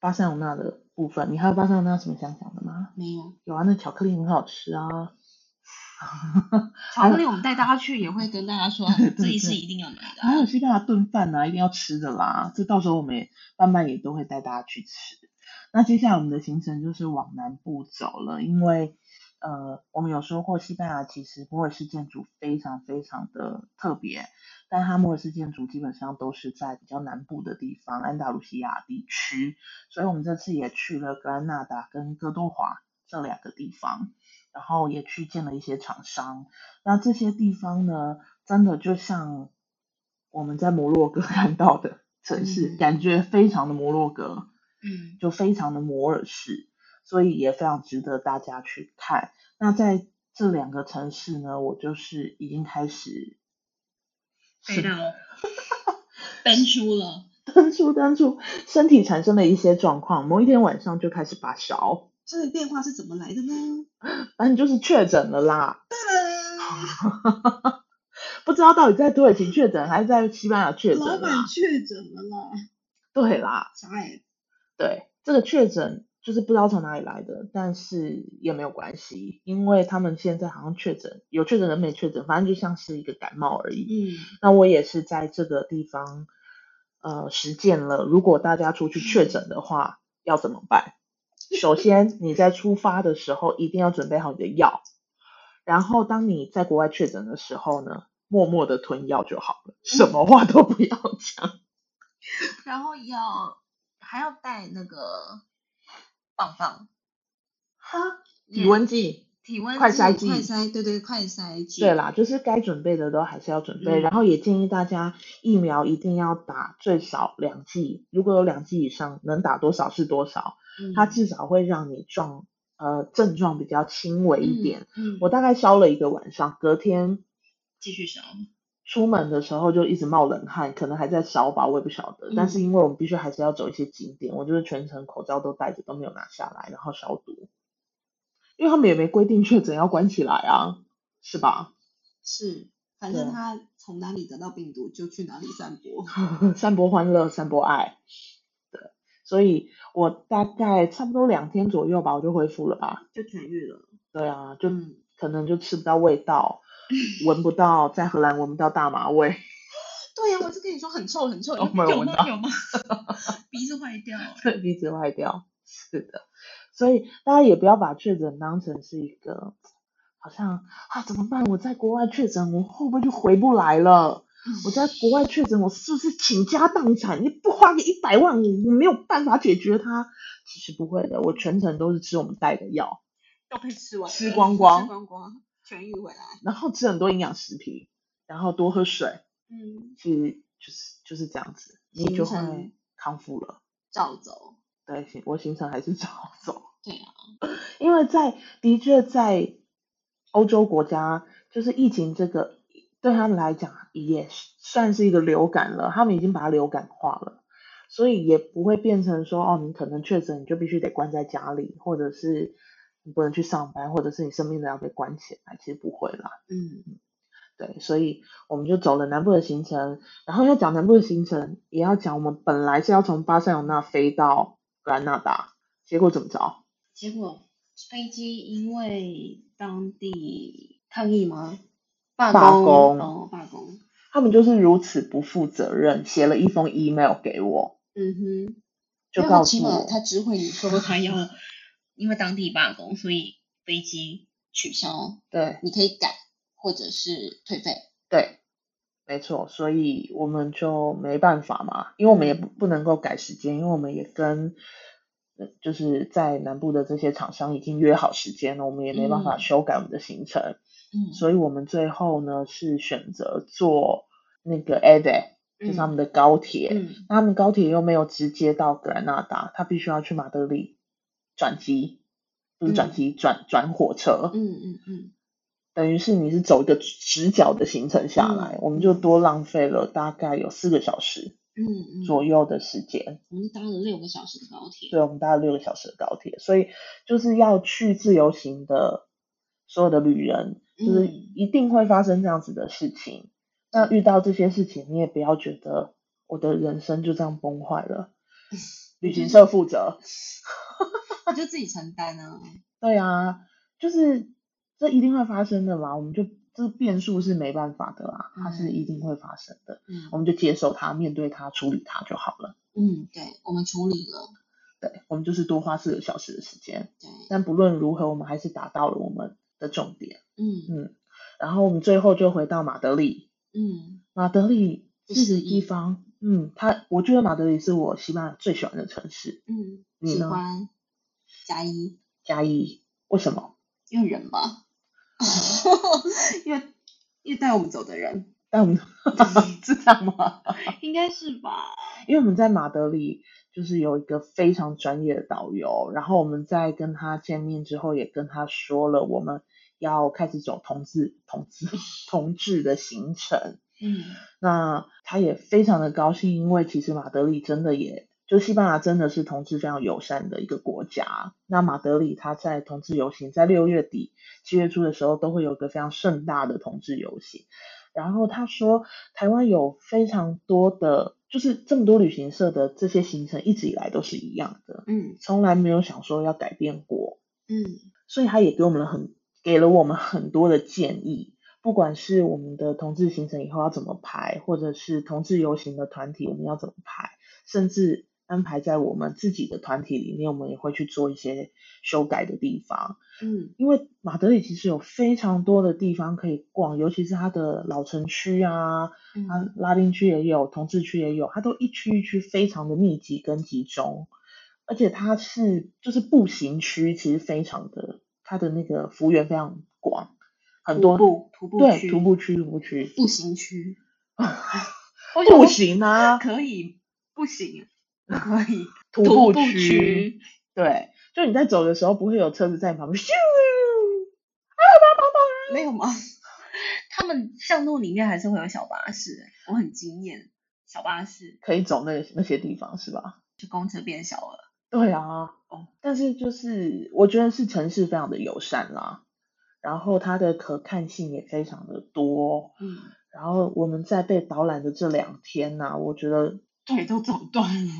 S1: 巴塞罗那的部分。你还有巴塞罗那有什么想讲的吗？
S3: 没有，
S1: 有啊，那巧克力很好吃啊。
S3: 巧克力我们带大家去也会跟大家说
S1: 对，
S3: 这一次
S1: 对
S3: 一定要买的
S1: 还
S3: 啊。
S1: 有西班牙炖饭啊，一定要吃的啦。这到时候我们也慢慢也都会带大家去吃。那接下来我们的行程就是往南部走了，因为呃，我们有说过西班牙其实摩尔式建筑非常非常的特别，但它摩尔式建筑基本上都是在比较南部的地方，安达卢西亚地区，所以我们这次也去了格兰纳达跟哥多华这两个地方，然后也去见了一些厂商，那这些地方呢，真的就像我们在摩洛哥 [laughs] 看到的城市，
S3: 嗯
S1: 感觉非常的摩洛哥，
S2: 嗯，
S1: 就非常的摩尔市，所以也非常值得大家去看。那在这两个城市呢，我就是已经开始
S2: 飞
S1: [laughs]
S3: [laughs]
S2: 到
S3: 登出了，
S1: 登出登出，身体产生了一些状况，某一天晚上就开始发烧，
S2: [laughs] 这个变化是怎么来的呢？
S1: 反正就是确诊了啦。
S3: 嗯
S2: 噔
S1: 不知道到底在土耳其确诊还是在西班牙确诊
S2: 老
S1: 啦
S2: 板？确诊了啦，
S1: 对啦，
S2: 啥也
S1: 对，这个确诊就是不知道从哪里来的，但是也没有关系，因为他们现在好像确诊有确诊人没确诊，反正就像是一个感冒而
S2: 嗯，
S1: 已。那我也是在这个地方呃实践了，如果大家出去确诊的话要怎么办？首先你在出发的时候一定要准备好你的药，然后当你在国外确诊的时候呢，默默的吞药就好了，什么话都不要讲。
S3: 然后要还要带那个棒棒，
S1: 哈，
S3: 也
S1: 体温计。
S3: 体温
S1: 快
S3: 计
S1: 筛
S3: 快
S1: 剂
S3: 筛，对对，快筛剂。
S1: 对啦，就是该准备的都还是要准备，然后也建议大家疫苗一定要打最少两剂，如果有两剂以上，能打多少是多少，
S3: 嗯，
S1: 它至少会让你状呃症状比较轻微一点。
S3: 嗯，嗯
S1: 我大概烧了一个晚上，隔天
S3: 继续烧。
S1: 出门的时候就一直冒冷汗，可能还在烧吧，我也不晓得。但
S3: 嗯
S1: 是因为我们必须还是要走一些景点，我就是全程口罩都戴着，都没有拿下来，然后消毒，因为他们也没规定确诊要关起来啊，是吧？ [laughs]
S3: 是，反正
S1: 对
S3: 他从哪里得到病毒就去哪里散播。
S1: 散播欢乐，散播爱。对，所以我大概差不多两天左右吧，我就恢复了吧。
S3: [laughs] 就痊愈了。
S1: 对啊，就
S3: 嗯，
S1: 可能就吃不到味道，闻不到，在荷兰闻不到大麻味。
S3: 对呀、我就跟你说很臭很臭，
S1: 都
S3: 哦有
S1: 没有
S3: 有
S1: 闻
S3: 吗
S1: 到
S3: 有吗？ [laughs] 鼻子坏掉了。
S1: 对，鼻子坏掉。是的，所以大家也不要把确诊当成是一个，好像啊怎么办？我在国外确诊，我会不会就回不来了？我在国外确诊，我是不是倾家荡产？你不花个一百万，我我没有办法解决它。其实不会的，我全程都是吃我们带的药，
S3: 都被吃完了，
S1: 吃光光
S3: 吃光光，痊愈回来。
S1: 然后吃很多营养食品，然后多喝水，
S3: 嗯，
S1: 其实就是就是这样子，你
S3: 行
S1: 就会
S3: 程
S1: 康复了。
S3: 照走。
S1: 对，行，我行程还是 [laughs] 早走。
S3: 对啊，
S1: 因为在的确在欧洲国家，就是疫情这个对他们来讲也算是一个流感了，他们已经把它流感化了，所以也不会变成说哦，你可能确诊你就必须得关在家里，或者是你不能去上班，或者是你生病了要被关起来，其实不会啦。
S3: 嗯，
S1: 对，所以我们就走了南部的行程，然后要讲南部的行程，也要讲我们本来是要从巴塞罗那飞到格兰纳达，结果怎么着？
S3: 结果飞机因为当地抗议吗？罢
S1: 罢工
S3: 哦，罢工。
S1: 他们就是如此不负责任，写了一封 email 给我，
S3: 嗯哼，
S1: 就
S3: 因为他
S1: 告诉
S3: 起码
S1: 我，
S3: 他知会你说他要，因为当地罢工，所以飞机取消，
S1: 对
S3: 你可以改或者是退费。
S1: 对，没错，所以我们就没办法嘛，因为我们也
S3: 嗯
S1: 不不能够改时间，因为我们也跟呃就是在南部的这些厂商已经约好时间了，我们也没办法
S3: 嗯
S1: 修改我们的行程，
S3: 嗯
S1: 所以我们最后呢是选择坐那个 a d e 就是他们的高铁。
S2: 嗯，
S1: 那他们高铁又没有直接到格兰纳达，他必须要去马德里转机，不是转
S2: 嗯
S1: 机，转转火车。
S3: 嗯嗯嗯，
S1: 等于是你是走一个直角的行程下来，
S3: 嗯
S1: 我们就多浪费了大概有四个小时
S3: 嗯嗯，
S1: 左右的时间。
S3: 我们是搭了六个小时的高铁，
S1: 对，我们搭了六个小时的高铁，所以就是要去自由行的所有的旅人，就是
S3: 嗯
S1: 一定会发生这样子的事情。那遇到这些事情，你也不要觉得我的人生就这样崩坏了。
S3: 嗯
S1: 旅行社负责，
S3: 你就自己承担啊。
S1: 对啊，就是这一定会发生的啦，我们就这变数是没办法的啦，它是一定会发生的。
S3: 嗯
S1: 我们就接受它，面对它，处理它就好了。
S3: 嗯，对，我们处理了，
S1: 对，我们就是多花四个小时的时间，
S3: 对，
S1: 但不论如何，我们还是达到了我们的重点。
S3: 嗯
S1: 嗯，然后我们最后就回到马德里，
S3: 嗯
S1: 马德里
S3: 不
S1: 这个
S3: 思
S1: 地
S3: 议
S1: 方，嗯，它我觉得马德里是我西班牙最喜欢的城市，
S3: 嗯，
S1: 你
S3: 喜
S1: 呢
S3: 欢加一，
S1: 加一。为什么？
S3: 因为人 [laughs] 吧，因为因为带我们走的 [laughs] 人，
S1: 但我们是这样
S3: [laughs]
S1: 吗？
S2: 应该是吧？
S1: 因为我们在马德里就是有一个非常专业的导游，然后我们在跟他见面之后，也跟他说了我们要开始走同志同志同志的行程。
S3: 嗯
S1: 那他也非常的高兴，因为其实马德里真的也。就西班牙真的是同志非常友善的一个国家。那马德里它在同志游行，在六月底七月初的时候都会有一个非常盛大的同志游行。然后他说，台湾有非常多的，就是这么多旅行社的这些行程一直以来都是一样的，
S3: 嗯
S1: 从来没有想说要改变过，
S3: 嗯
S1: 所以他也给我们了很给了我们很多的建议，不管是我们的同志行程以后要怎么排，或者是同志游行的团体我们要怎么排，甚至安排在我们自己的团体里面，我们也会去做一些修改的地方。
S3: 嗯
S1: 因为马德里其实有非常多的地方可以逛，尤其是它的老城区啊，啊
S3: 嗯，
S1: 拉丁区也有，同志区也有，它都一区一区非常的密集跟集中，而且它是就是步行区，其实非常的它的那个幅员非常广，很多
S3: 徒步徒步
S1: 对
S3: 区
S1: 徒步区徒步区
S3: 步
S1: [laughs]
S3: 行区，
S2: 我想
S1: 步
S2: 说
S1: 行啊
S2: 可以，不行，不可以，
S1: [laughs] 徒
S2: 徒步
S1: 步区
S2: 区，
S1: 对，就你在走的时候不会有车子在你旁边咻，
S2: 没有吗？他们巷弄里面还是会有小巴士，我很惊艳，小巴士
S1: 可以走那那些地方是吧？
S2: 就公车变小了，
S1: 对啊，
S2: 哦
S1: 但是就是我觉得是城市非常的友善啦，然后它的可看性也非常的多，
S3: 嗯，
S1: 然后我们在被导览的这两天呐、我觉得
S2: 腿都走断了。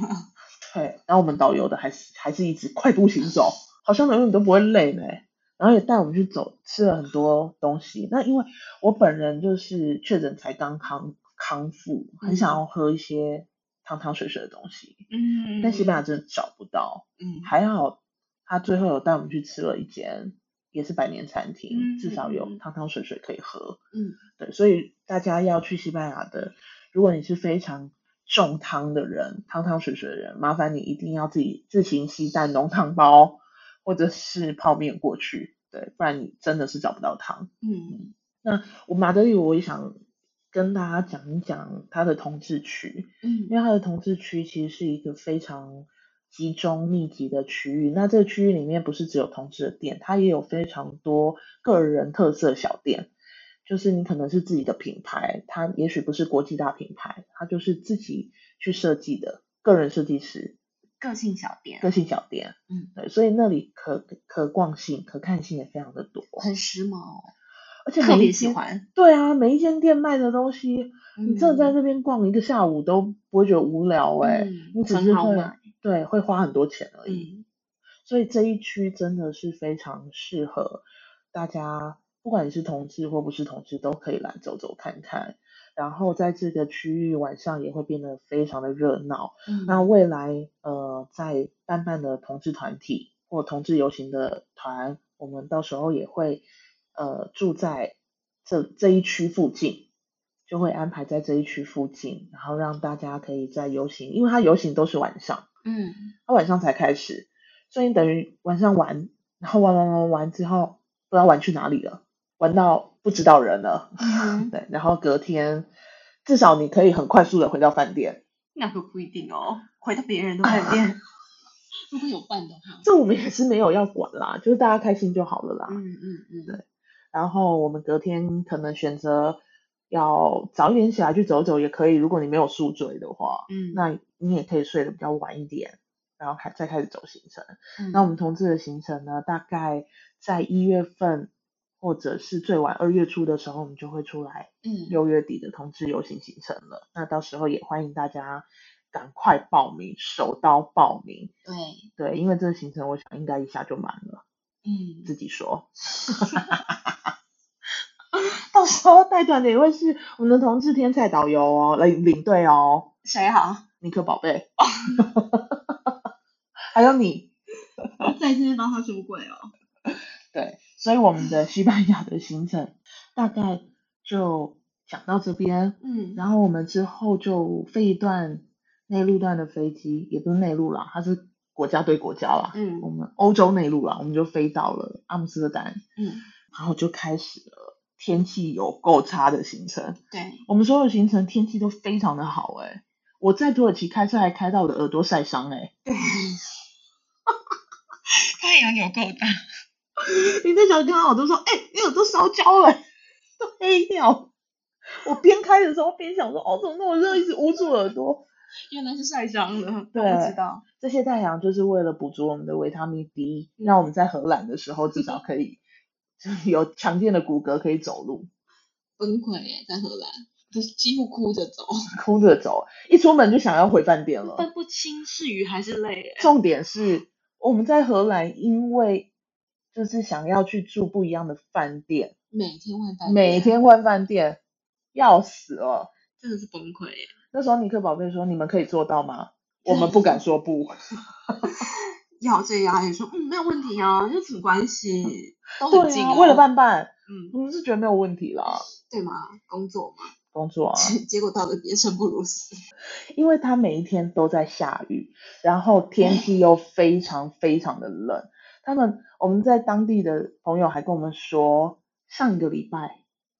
S1: 对，然后我们导游的还是还是一直快步行走，好像永远都不会累呢。然后也带我们去走，吃了很多东西。那因为我本人就是确诊才刚康康复，很想要喝一些汤汤水水的东西，
S2: 嗯
S1: 但西班牙真的找不到。
S2: 嗯
S1: 还好他最后有带我们去吃了一间也是百年餐厅，
S2: 嗯
S1: 至少
S2: 嗯
S1: 有
S2: 嗯
S1: 汤汤水水可以喝。
S3: 嗯，
S1: 对，所以大家要去西班牙的，如果你是非常重汤的人，汤汤水水的人，麻烦你一定要自己自行携带浓汤包或者是泡面过去，对，不然你真的是找不到汤。
S3: 嗯
S1: 我马德里我也想跟大家讲一讲它的同志区，
S3: 嗯
S1: 因为它的同志区其实是一个非常集中密集的区域。那这个区域里面不是只有同志的店，它也有非常多个人特色小店，就是你可能是自己的品牌，它也许不是国际大品牌，它就是自己去设计的个人设计师
S2: 个性小店，
S1: 个性小店。
S3: 嗯，
S1: 对，所以那里可可逛性、可看性也非常的
S2: [laughs]
S1: 多，
S3: 很时髦，
S1: 而且
S2: 特
S1: 每一
S2: 别喜
S1: 间。
S2: 欢。
S1: 对啊，每一间店卖的东西，你真的在
S3: 嗯
S1: 那边逛一个下午都不会觉得无聊哎、
S3: 嗯
S1: 你只
S2: 很
S1: 是
S2: 好
S1: 会
S2: 买
S1: 对会花很多钱而已。
S2: 嗯
S1: 所以这一区真的是非常适合大家，不管你是同志或不是同志，都可以来走走看看。然后在这个区域晚上也会变得非常的热闹。
S3: 嗯
S1: 那未来呃，在办办的同志团体或同志游行的团，我们到时候也会呃住在这这一区附近，就会安排在这一区附近，然后让大家可以在游行，因为它游行都是晚上，
S3: 嗯，
S1: 它晚上才开始，所以你等于晚上玩，然后玩玩玩玩之后，不知道玩去哪里了，玩到不知道人了，
S3: 嗯
S1: [laughs]
S3: 哼
S1: 对，然后隔天至少你可以很快速的回到饭店，
S2: 那个不一定哦，回到别人的饭
S1: [laughs]
S2: 店。
S3: 如果有伴的话，
S1: 这我们也是没有要管啦， [laughs] 就是大家开心就好了啦。
S3: 嗯嗯嗯，
S1: 然后我们隔天可能选择要早一点起来去走走也可以，如果你没有宿醉的话，
S2: 嗯
S1: 那你也可以睡得比较晚一点，然后开再开始走行程。
S3: 嗯
S1: 那我们同志的行程呢，大概在一月份或者是最晚二月初的时候，我们就会出来
S3: 嗯
S1: 六月底的同志游行行程了。那到时候也欢迎大家赶快报名，手刀报名。
S3: 对，
S1: 对，因为这个行程我想应该一下就满了，
S3: 嗯
S1: 自己 [laughs] 说。到时候带团的也会是我们的同志天才导游哦，来领队哦，
S2: 谁
S3: [laughs]
S2: 好？
S1: 尼克宝 [laughs] 贝，还有你。
S2: 再次帮他出轨哦。
S1: 对，所以我们的西班牙的行程大概就讲到这边，
S2: 嗯，
S1: 然后我们之后就飞一段内陆段的飞机，也不是内陆啦，它是国家对国家啦，
S2: 嗯
S1: 我们欧洲内陆啦，我们就飞到了阿姆斯特丹，
S2: 嗯，
S1: 然后就开始了天气有够差的行程，
S3: 对，
S1: 我们所有行程天气都非常的好诶、我在土耳其开车还开到我的耳朵晒伤欸诶、
S3: 太阳有够大，
S1: [laughs] 你在小看到我都说，哎、你耳朵烧焦了，都黑掉。我边开的时候边想说，哦，怎么那么热，一直捂住耳朵。
S3: 原来是晒伤了，
S1: 对
S3: 我不知道，
S1: 这些太阳就是为了补足我们的维他命 D，让我们在荷兰的时候至少可以就是有强健的骨骼可以走路，
S3: 崩溃耶，在荷兰，就是几乎哭
S1: [laughs]
S3: 着走，
S1: 哭着走，一出门就想要回饭店了。
S2: 分不清是鱼还是泪耶。
S1: 重点是我们在荷兰，因为就是想要去住不一样的饭店，
S3: 每天换班，
S1: 每天换饭店，要死了。
S2: 真的是崩溃耶。
S1: 那时候尼克宝贝说：“你们可以做到吗？”我们不敢说不。
S2: 要这样也说，嗯，没有问题啊，就什么关
S1: [laughs]
S2: 系？
S3: 都很
S1: [laughs] 对
S3: 近
S1: 啊，
S3: 哦，
S1: 为了办办，
S2: 嗯，
S1: 我们是觉得没有问题啦，
S3: 对嘛，工作嘛，
S1: 工作啊，
S3: [laughs] 结果到了别生不如死，
S1: 因为它每一天都在下雨，然后天气又非常非常的冷。他们我们在当地的朋友还跟我们说，上一个礼拜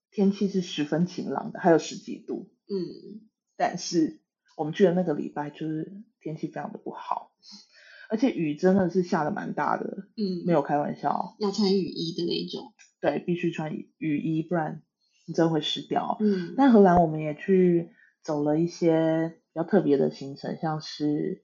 S1: 天气是十分晴朗的，还有十几度，
S3: 嗯，
S1: 但是我们去的那个礼拜就是天气非常的不好，而且雨真的是下的蛮大的，
S3: 嗯，
S1: 没有开玩笑哦。
S3: 要穿雨衣的那一种，
S1: 对，必须穿雨雨衣，不然你真的会湿掉。
S3: 嗯，
S1: 那荷兰我们也去走了一些比较特别的行程，像是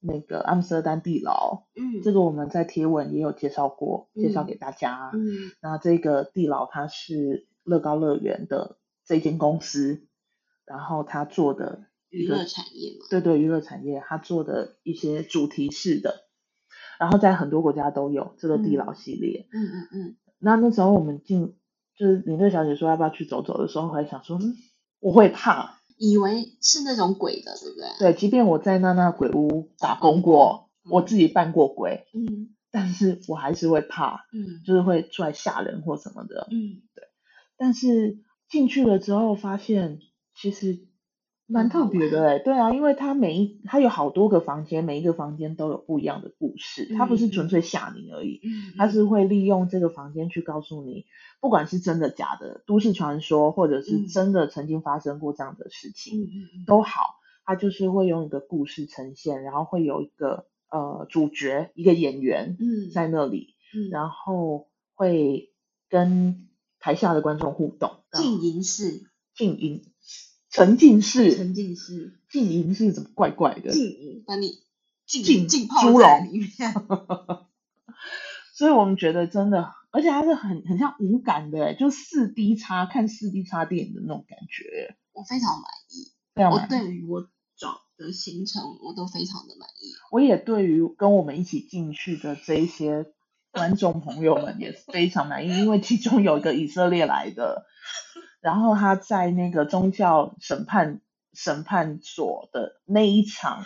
S1: 那个阿姆斯特丹地牢，
S2: 嗯
S1: 这个我们在贴文也有介绍过，介绍给大家。
S3: 嗯
S1: 那这个地牢它是乐高乐园的这间公司，然后它做的
S3: 娱乐产业嘛，
S1: 对对，娱乐产业它做的一些主题式的，然后在很多国家都有这个
S2: 嗯
S1: 地牢系列。
S3: 嗯嗯嗯，
S1: 那那时候我们进，就是领队小姐说要不要去走走的时候，我还想说，嗯，我会怕。
S3: 以为是那种鬼的，对不对？
S1: 对，即便我在那那鬼屋打工过，我自己扮过鬼，
S3: 嗯
S1: 但是我还是会怕，
S3: 嗯
S1: 就是会出来吓人或什么的。
S3: 嗯，
S1: 但是进去了之后，发现其实蛮
S3: 很
S1: 特
S3: 好
S1: 别的哎、对啊，因为它每一它有好多个房间，每一个房间都有不一样的故事，它不是纯粹吓你而已，
S3: 嗯
S1: 它是会利用这个房间去告诉你，不管是真的假的都市传说，或者是
S3: 嗯
S1: 真的曾经发生过这样的事情、
S3: 嗯嗯
S1: 都好，它就是会用一个故事呈现，然后会有一个呃主角一个演员
S3: 嗯，
S1: 在那里，
S3: 嗯
S1: 然后会跟台下的观众互动，然后
S3: 静音室，
S1: 静音沉浸式
S3: 浸式，
S1: 静音是怎么怪怪的？
S3: 静音，把你
S1: 浸
S3: 浸浸泡
S1: 猪
S3: 在
S1: 笼 [laughs]
S3: 里面，
S1: 所以我们觉得真的，而且它是很很像无感的欸，就四 D 叉看四 D 叉电影的那种感觉欸，
S3: 我非常满意，
S1: 非常
S3: 我
S1: 满意。
S3: 对于我找的行程我都非常的满意，
S1: 我也对于跟我们一起进去的这一些观众朋友们也非常满意，因为其中有一个以色列来的，然后他在那个宗教审判审判所的那一
S3: [laughs]
S1: 场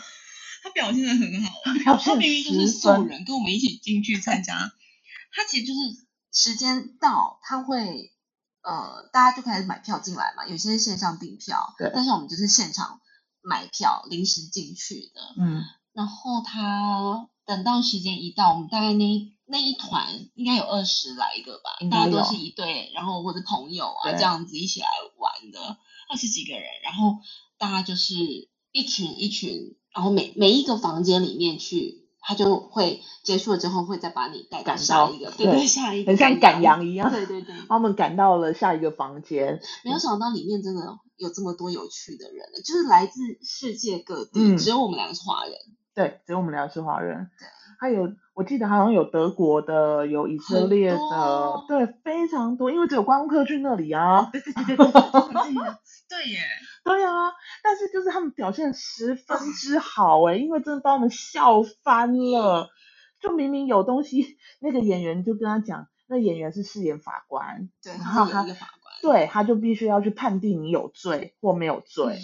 S3: 他表现的很好，
S1: 表
S3: 他
S1: 现
S3: 明明就
S1: 十
S3: 是素
S1: 分，
S3: 人，跟我们一起进去参加，他其实就是时间到，他会呃，大家就开始买票进来嘛，有些是线上订票，
S1: 对
S3: 但是我们就是现场买票临时进去的。
S1: 嗯，
S3: 然后他等到时间一到，我们大概那一那一团应该有二十来个吧
S1: 应，该
S3: 大家
S1: 有
S3: 都是一对，然后或者朋友啊
S1: 对
S3: 这样子一起来玩的，二十几个人，然后大家就是一群一群，然后每每一个房间里面去。他就会结束了之后，会再把你带到
S1: 赶
S3: 下
S1: 到
S3: 一个，
S1: 对
S3: 对对，下一个，
S1: 很像赶羊一样
S3: 对对对，
S1: 把我们赶到了下一个房间，
S3: 没有想到里面真的有这么多有趣的人，就是来自世界各地，
S1: 嗯
S3: 只有我们两个是华人，
S1: 对，只有我们俩是华人
S3: 对，
S1: 还有我记得好像有德国的，有以色
S3: 很
S1: 列
S3: 多
S1: 的
S3: 哦，
S1: 对，非常多，因为只有观光客去那里啊，
S2: 对对对对对对对，对耶，
S1: 对啊，但是就是他们表现十分
S3: 啊
S1: 之好哎、因为真的把我们笑翻了。就明明有东西， [laughs] 那个演员就跟他讲，那演员是饰演法官，
S3: 对，
S1: 然
S3: 他
S1: 后
S3: 们有
S1: 他
S3: 一个法官，
S1: 对他就必须要去判定你有罪或没有罪。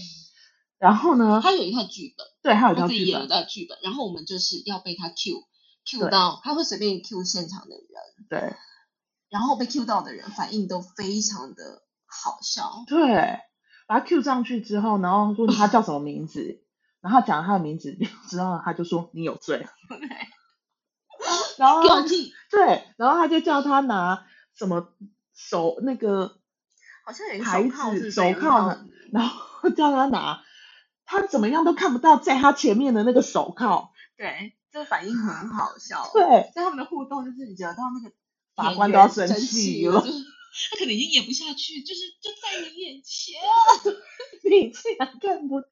S1: 然后呢，
S3: 嗯他有一套剧本，
S1: 对，还有一
S3: 他
S1: 条
S3: 自
S1: 剧
S3: 己演了一
S1: 本，
S3: 套剧本，然后我们就是要被他 Q
S1: 对
S3: Q 到，他会随便 Q 现场的人，
S1: 对
S3: 然后被 Q 到的人反应都非常的好
S2: 哦
S3: 笑，
S1: 对，把他 Q 上去之后，然后问他叫什么名字，然后讲了他的名字之后，他就说你有
S3: [laughs]
S1: 罪， [laughs] 然后
S3: 掉进
S1: 对，然后他就叫他拿什么手那个
S2: 好像有一个
S1: 牌
S2: 手铐
S1: 子
S2: 是
S1: 手铐呢，然后叫他拿，他怎么样都看不到在他前面的那个手铐。
S2: 对，这反应很好笑。
S1: 对，
S2: 在他们的互动就是你觉得到那个
S1: 法
S2: 演
S1: 官都要
S2: 员
S1: 生
S3: 生
S1: 气
S3: 气
S1: 了
S3: 了， [laughs] 就是他可能已经演不下去，就是就在你眼前，
S1: 你竟然看不到，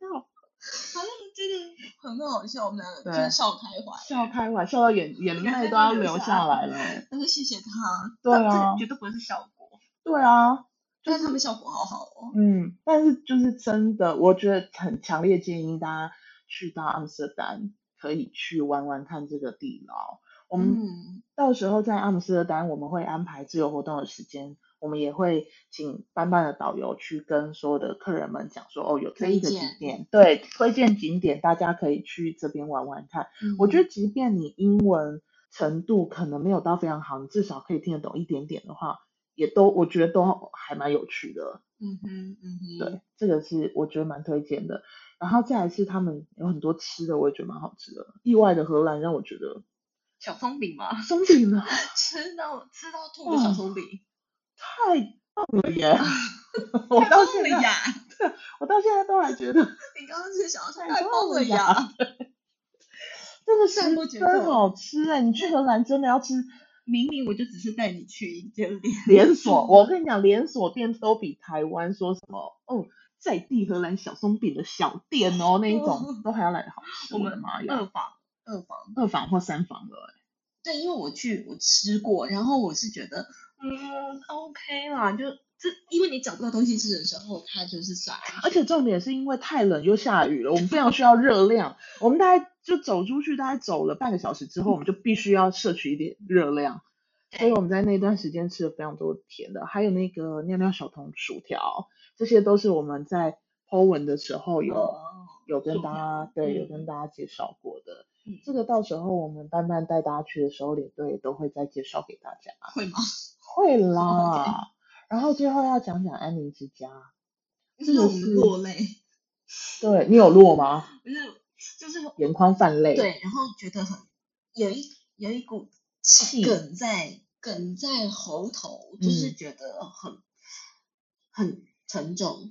S3: 反正真的很好笑，我们两个就
S1: 对
S3: 是笑开怀。
S1: 笑开怀，笑到眼眼泪都要流下来了。
S3: 但是谢谢他，
S1: 对
S2: 这
S1: 啊
S2: 个，绝对不会是效果。
S1: 对啊，
S3: 但是他们效果好好哦。
S1: 嗯，但是就是真的，我觉得很强烈建议大家去到阿姆斯特丹可以去玩玩看这个地牢。我们
S3: 嗯，
S1: 到时候在阿姆斯特丹，我们会安排自由活动的时间，我们也会请班班的导游去跟所有的客人们讲说，哦，有这一个
S3: 推
S1: 景
S3: 荐
S1: 点，对，推荐景点，大家可以去这边玩玩看。我觉
S3: 得
S1: 得，即便你英文程度可能没有到非常好，你至少可以听得懂一点点的话，也都我觉得都还蛮有趣的。
S3: 嗯哼，嗯哼，
S1: 对，这个是我觉得蛮推荐的。然后再来是他们有很多吃的，我也觉得蛮好吃的。意外的荷兰让我觉得
S2: 小松饼嘛，
S3: [laughs]
S1: 松饼呢
S2: 吃到吃到吐的小松饼，
S1: 太棒了
S2: [laughs]
S1: 耶！我
S2: 太
S1: 到
S2: 棒
S1: 现
S2: 了
S1: 在，
S2: 呀！
S1: 我到现在都还觉得
S2: 你刚刚是想
S3: 哎
S2: 要说
S1: 太
S2: 太
S1: 棒
S2: 棒
S1: 了
S2: 了
S1: 呀
S2: 呀？
S1: [laughs] 真的
S3: 赞不
S1: 十
S3: 绝
S1: 分
S3: 口
S1: 好吃哎、你去荷兰真的要吃
S2: 明明我就只是带你去一间店，
S1: 连锁，我跟你讲，连锁店都比台湾说什么哦，在地荷兰小松饼的小店哦那一种都还要来的好吃。
S2: 我
S1: 的
S2: 们
S1: 妈呀，
S2: 二房
S3: 二房。
S1: 二房或三房了哎、
S3: 对，因为我去我吃过，然后我是觉得，
S2: 嗯，OK 啦，就
S3: 这因为你找不到东西吃的时候，它就是算了。
S1: 而且重点是因为太冷又下雨了，我们非常需要热量。我们大概就走出去，大概走了半个小时之后，我们就必须要摄取一点热量。所以我们在那段时间吃了非常多甜的，还有那个尿尿小童薯条，这些都是我们在 Po 文的时
S2: 哎
S1: 候有、
S3: 哦
S1: 有跟
S2: 薯
S1: 大
S2: 条
S1: 家对有
S2: 嗯
S1: 跟大家介绍过的。
S2: 嗯
S1: 这个到时候我们班班带大家去的时候，领队也都会再介绍给大家。
S3: 会吗？
S1: 会啦。然后最后要讲讲安妮之家，这
S3: 因为
S1: 个
S3: 我们
S1: 是
S3: 落泪，
S1: 对你有落吗？
S2: 不是就是
S1: 眼眶泛泪。，
S3: 对，然后觉得很有一有一股
S2: 嗯
S1: 气
S3: 梗在梗在喉头，就是
S1: 嗯
S3: 觉得很、很沉重。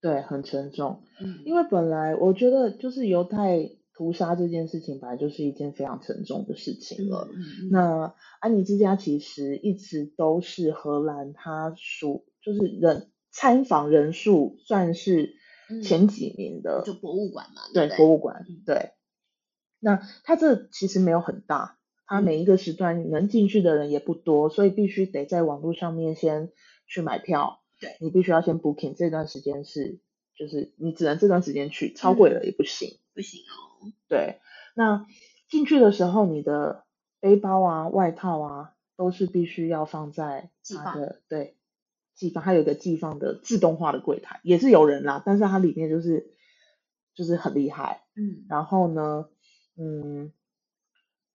S1: 对，很沉重。
S3: 嗯，
S1: 因为本来我觉得就是犹太屠杀这件事情，本来就是一件非常沉重的事情了。
S3: 嗯嗯
S1: 那安妮之家其实一直都是荷兰，它属就是人参访人数算是
S3: 嗯
S1: 前几名的，
S3: 就博物馆嘛，
S1: 对
S3: 不
S1: 博物馆
S3: 嗯，
S1: 对。那它这其实没有很大，
S3: 嗯
S1: 它每一个时段能进去的人也不多，所以必须得在网络上面先去买票。
S3: 对，
S1: 你必须要先 booking，这段时间是就是你只能这段时间去，
S3: 嗯
S1: 超过了也不行。
S3: 不行哦，
S1: 对，那进去的时候，你的背包啊、外套啊，都是必须要放在
S3: 寄
S1: 它
S3: 放
S1: 的对寄放，它有一个寄放的自动化的柜台，也是有人啦，但是它里面就是就是很厉害。
S3: 嗯，
S1: 然后呢，嗯，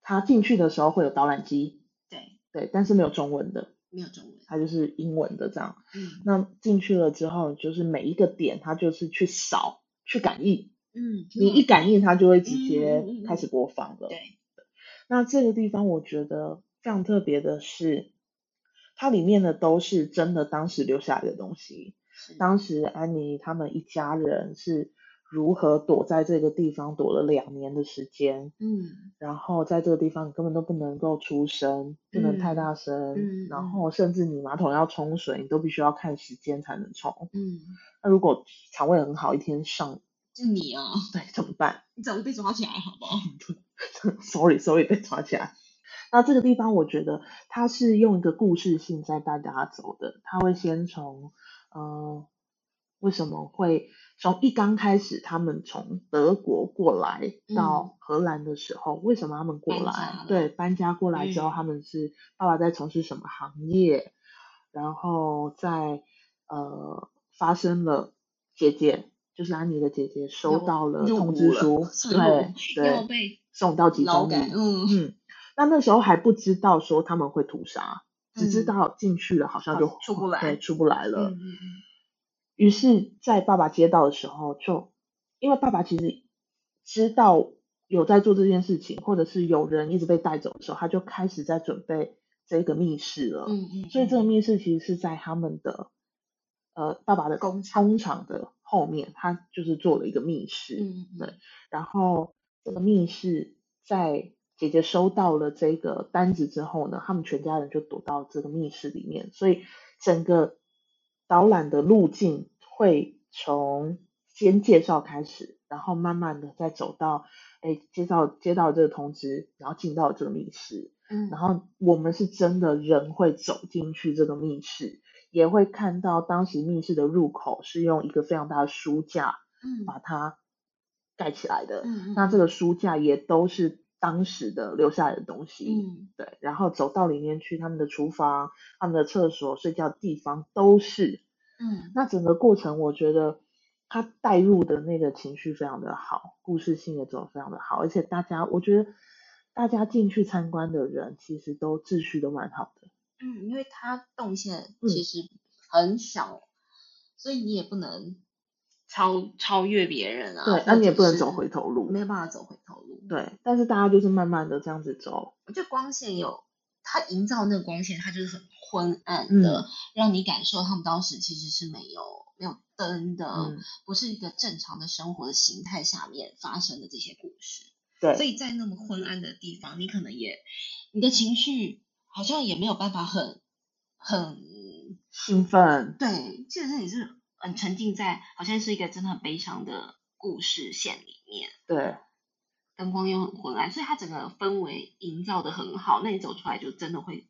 S1: 它进去的时候会有导览机，
S3: 对，
S1: 对，但是没有中文的，
S3: 没有中文。
S1: 它就是英文的这样。
S3: 嗯
S1: 那进去了之后，就是每一个点，它就是去扫、去感应，
S3: 嗯，
S1: 你一感应，它就会直接
S3: 嗯嗯嗯嗯
S1: 开始播放了。
S3: 对，
S1: 那这个地方我觉得非常特别的是，它里面的都是真的当时留下来的东西。
S3: 是
S1: 当时安妮他们一家人是如何躲在这个地方躲了两年的时间，
S3: 嗯
S1: 然后在这个地方根本都不能够出声，不能太
S3: 嗯
S1: 大声，
S3: 嗯嗯
S1: 然后甚至你马桶要冲水，你都必须要看时间才能冲。
S3: 嗯，
S1: 那如果肠胃很好，一天上 [laughs]
S3: 就你啊，
S1: 对怎么办？
S3: 你早就被抓起来了好不好？
S1: [laughs] sorry sorry 被抓起来。那这个地方我觉得它是用一个故事性在带大家走的，它会先从呃为什么会从一刚开始他们从德国过来到荷兰的时候，为什么他们过
S3: 嗯搬
S1: 来
S3: 家了？
S1: 对，搬家过来之后，
S3: 嗯
S1: 他们是爸爸在从事什么行业，然后在呃发生了姐姐。就是安妮的姐姐收
S3: 又
S1: 到了
S3: 入
S1: 通
S3: 伍
S1: 知
S3: 了
S1: 书，
S3: 是
S1: 对
S3: 又
S1: 对，
S3: 被
S1: 送到集
S3: 劳
S1: 中营
S3: 改，，嗯，
S1: 嗯，那那时候还不知道说他们会屠杀，只知
S3: 嗯
S1: 道进去了好像
S2: 好
S1: 就
S2: 出不来
S1: 对，出不来了。
S3: 嗯嗯嗯
S1: 于是，在爸爸接到的时候就，因为爸爸其实知道有在做这件事情，或者是有人一直被带走的时候，他就开始在准备这个密室了。
S3: 嗯嗯，
S1: 所以这个
S3: 嗯
S1: 密室其实是在他们的呃爸爸的
S2: 工
S1: 厂工厂的后面，他就是做了一个密室。
S3: 嗯嗯
S1: 对然后这个密室在姐姐收到了这个单子之后呢，他们全家人就躲到这个密室里面，所以整个导览的路径会从先介绍开始，然后慢慢的再走到，哎，接到接到这个通知，然后进到这个密室，
S3: 嗯，
S1: 然后我们是真的人会走进去这个密室。也会看到当时密室的入口是用一个非常大的书架
S3: 嗯
S1: 把它盖起来的，
S3: 嗯嗯，
S1: 那这
S3: 个
S1: 个书架也都是当时的留下来的东西，
S3: 嗯
S1: 对。然后走到里面去，他们的厨房、他们的厕所、睡觉的地方都是。
S3: 嗯
S1: 那整个过程，我觉得他带入的那个情绪非常的好，故事性也走得非常的好，而且大家，我觉得大家进去参观的人其实都秩序都蛮好的，
S3: 嗯，因为它动线
S1: 嗯
S3: 其实很小，所以你也不能超超越别人啊，
S1: 对，那
S3: 或
S1: 你也
S3: 者
S1: 不能
S3: 是
S1: 走回，头路
S3: 没，有办法走回头路，
S1: 对。但是大家就是慢慢的这样子走，
S3: 我觉得光线有，它营造那个光线，它就是很昏暗的，让你感受他们当时其实是没有没有灯的，
S1: 嗯，
S3: 不是一个正常的生活的形态下面发生的这些故事。
S1: 对，
S3: 所以在那么昏暗的地方，你可能也你的情绪好像也没有办法很很
S1: 兴奋，
S3: 对，基本上你是很沉浸在好像是一个真的很悲伤的故事线里面。
S1: 对，
S3: 灯光又很昏暗，所以它整个氛围营造的很好。那你走出来就真的会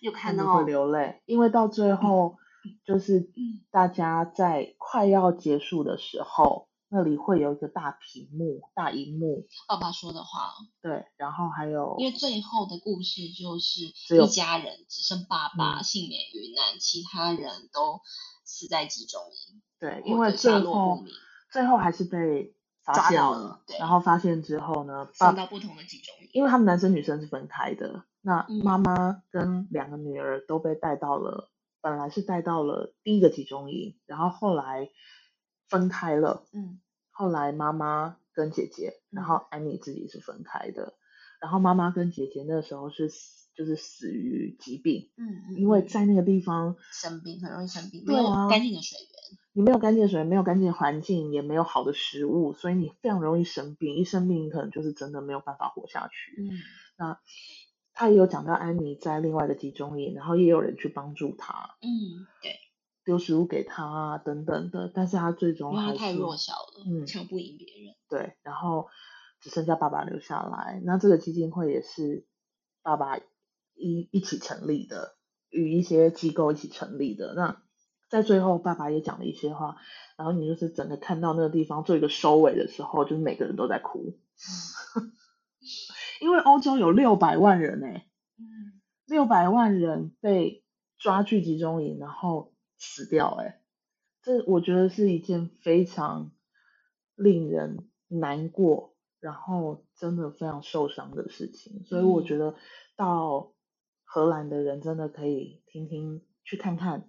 S3: 又看
S1: 真的
S3: 到
S1: 会流泪，因为到最后就是
S3: 嗯
S1: 大家在快要结束的时候，那里会有一个大屏幕、大荧幕，
S3: 爸爸说的话，
S1: 对，然后还有
S3: 因为最后的故事就是
S1: 只有嗯
S3: 一家人只剩爸爸幸免于难，其他人都死在集中营，
S1: 对，
S3: 或
S1: 因为
S3: 者
S1: 最
S3: 下落
S1: 后
S3: 不明，
S1: 最后还是被发
S3: 抓
S1: 现
S3: 到
S1: 了
S3: 了对，
S1: 然后发现之后呢，爸
S3: 送到不同的集中营。
S1: 因为他们男生女生是分开的，那
S3: 嗯
S1: 妈妈跟两个女儿都被带到了，本来是带到了第一个集中营，然后后来分开了，
S3: 嗯
S1: 后来妈妈跟姐姐，然
S3: 嗯
S1: 后安妮自己是分开的，然后妈妈跟姐姐那时候是死就是死于疾病，
S3: 嗯，嗯
S1: 因为
S3: 嗯
S1: 在那个地方
S3: 生病很容易生病，没
S1: 对
S3: 有
S1: 啊
S3: 干净的水源。
S1: 你没有干净的水，没有干净的环境，也没有好的食物，所以你非常容易生病，一生病你可能就是真的没有办法活下去。
S3: 嗯
S1: 那他也有讲到安妮在另外的集中营，然后也有人去帮助他，
S3: 嗯，对，
S1: 丢食物给他啊等等的，但是他最终
S3: 因为
S1: 还
S3: 他
S1: 是
S3: 太弱小了，
S1: 嗯
S3: 瞧不赢别人。
S1: 对，然后只剩下爸爸留下来。那这个基金会也是爸爸一一起成立的，与一些机构一起成立的。那在最后，爸爸也讲了一些话，然后你就是整个看到那个地方做一个收尾的时候，就是每个人都在哭， [laughs] 因为欧洲有六百万人哎、
S3: 嗯，
S1: 六百万人被抓去集中营，然后死掉、欸，哎，这我觉得是一件非常令人难过，然后真的非常受伤的事情。所以我觉得到荷兰的人真的可以听听去看看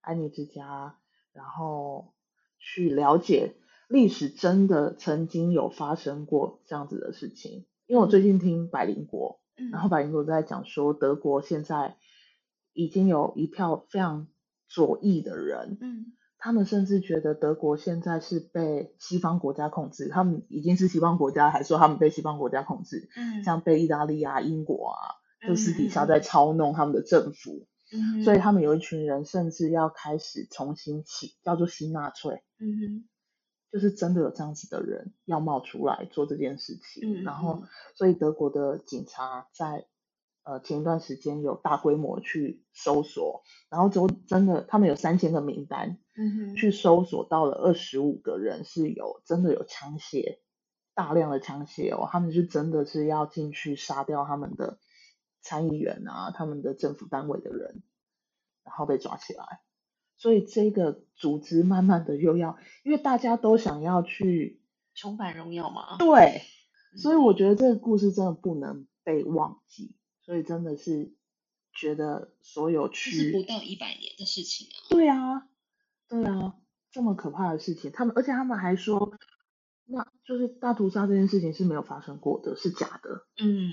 S1: 安妮之家，然后去了解历史，真的曾经有发生过这样子的事情。因为我最近听百灵国，
S2: 嗯
S1: 然后百灵果在讲说，德国现在已经有一票非常左翼的人，
S2: 嗯
S1: 他们甚至觉得德国现在是被西方国家控制，他们已经是西方国家，还说他们被西方国家控制，
S2: 嗯，
S1: 像被意大利啊、英国啊，就私底
S2: 嗯
S1: 下
S2: 嗯嗯
S1: 在操弄他们的政府，
S2: 嗯哼
S1: 所以他们有一群人甚至要开始重新起，叫做新纳粹。
S2: 嗯哼
S1: 就是真的有这样子的人要冒出来做这件事情，
S2: 嗯
S1: 然后
S2: 嗯
S1: 所以德国的警察在呃前一段时间有大规模去搜索，然后就真的他们有三千个名单
S2: 嗯哼
S1: 去搜索到了二十五个人是有真的有枪械，大量的枪械哦，他们是真的是要进去杀掉他们的参议员啊，他们的政府单位的人，然后被抓起来。所以这个组织慢慢的又要，因为大家都想要去
S2: 重返荣耀嘛，
S1: 对，所以
S2: 嗯
S1: 我觉得这个故事真的不能被忘记，所以真的是觉得所有
S3: 这是
S1: 去
S3: 不到一百年的事情啊。
S1: 对啊，对啊，这么可怕的事情，他们而且他们还说，那就是大屠杀这件事情是没有发生过的，是假的，
S3: 嗯，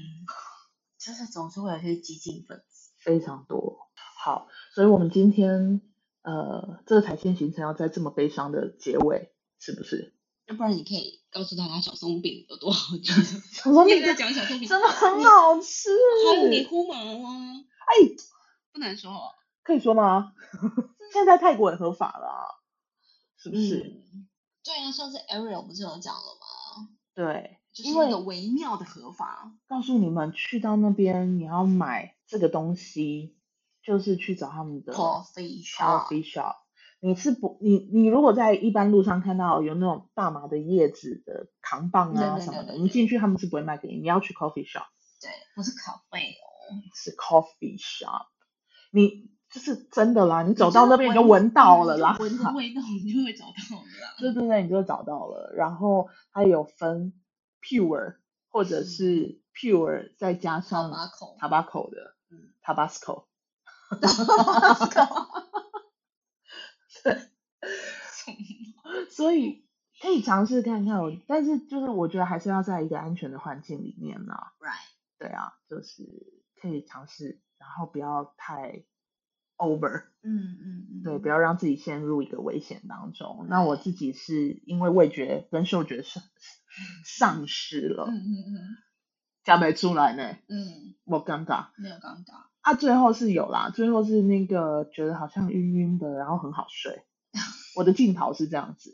S3: [sighs] 就是总是会有一些激进分子。
S1: 非常多。好，所以我们今天呃这个彩线行程要在这么悲伤的结尾，是不是？
S3: 要不然你可以告诉大家小松饼有
S1: [laughs]
S3: 多好吃。小
S1: 小松饼
S3: 在讲小松饼，
S1: 真的很好吃，
S3: 还有尼姑麻啊，
S1: 哎，
S3: 不难说哦。
S1: 可以说吗？ [laughs] 现在泰国也合法了、啊，是不是？
S3: 嗯，对啊，上次 Ariel 不是有讲了吗？
S1: 对，
S3: 就是
S1: 因为
S3: 一个微妙的合法。
S1: 告诉你们，去到那边你要买这个东西，就是去找他们的
S3: Coffee shop，
S1: coffee shop。你是不你你如果在一般路上看到有那种大麻的叶子的扛棒啊
S3: 对对
S1: 什么
S3: 对
S1: 的，
S3: 对
S1: 你进去他们是不会卖给你，你要去 coffee shop，
S3: 对，不是咖啡哦。
S1: 是 coffee shop。你就是真的啦，你走
S3: 你
S1: 到
S3: 就
S1: 那边你就
S3: 闻
S1: 闻到了
S3: 你就
S1: 啦。
S3: 闻着味道你就会找到的啦。
S1: 对对对，你就找到了。然后它有分 pure 或者是
S3: 嗯
S1: pure 再加上
S3: 马口，
S1: Tabasco 的
S3: 嗯
S1: ，Tabasco，所以可以尝试看看。我但是就是我觉得还是要在一个安全的环境里面啦。
S3: Right，
S1: 对啊，就是可以尝试，然后不要太 over，
S2: 嗯嗯嗯，
S1: 对，不要让自己陷入一个危险当中。那我自己是因为味觉跟嗅觉丧丧失了
S3: 嗯，嗯
S1: 加没出来呢，
S3: 嗯嗯，
S1: 我尴尬。
S3: 没有尴尬。
S1: 啊，最后是有啦，最后是那个觉得好像晕晕的，然后很好
S3: [laughs]
S1: 睡。我的镜头是这样子，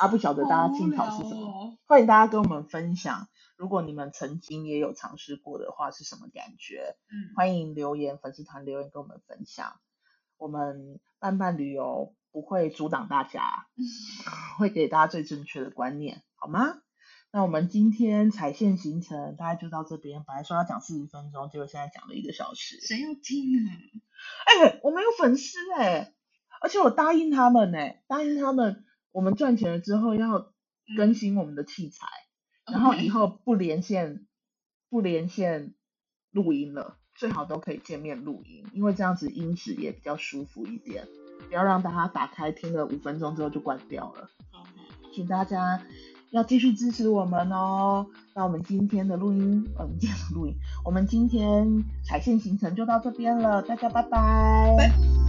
S1: 啊，不晓得大家镜头是什么？
S3: 么？
S1: 欢迎大家跟我们分享，如果你们曾经也有尝试过的话，是什么感觉？
S2: 嗯，
S1: 欢迎留言粉丝团留言跟我们分享。我们慢慢旅游不会阻挡大家，会给大家最正确的观念，好吗？那我们今天踩线行程大概就到这边，本来说要讲四十分钟，结果现在讲了一个小时。
S3: 谁要听啊？
S1: 哎、我们有粉丝哎、而且我答应他们哎、答应他们，我们赚钱了之后要更新我们的器材，然后以后不连线，不连线录音了，最好都可以见面录音，因为这样子音质也比较舒服一点，不要让大家打开听了五分钟之后就关掉了。
S3: 好好
S1: 请大家要继续支持我们哦。那我们今天的录音，呃我们今天的录音，我们今天彩线行程就到这边了，大家拜拜，
S3: 拜拜。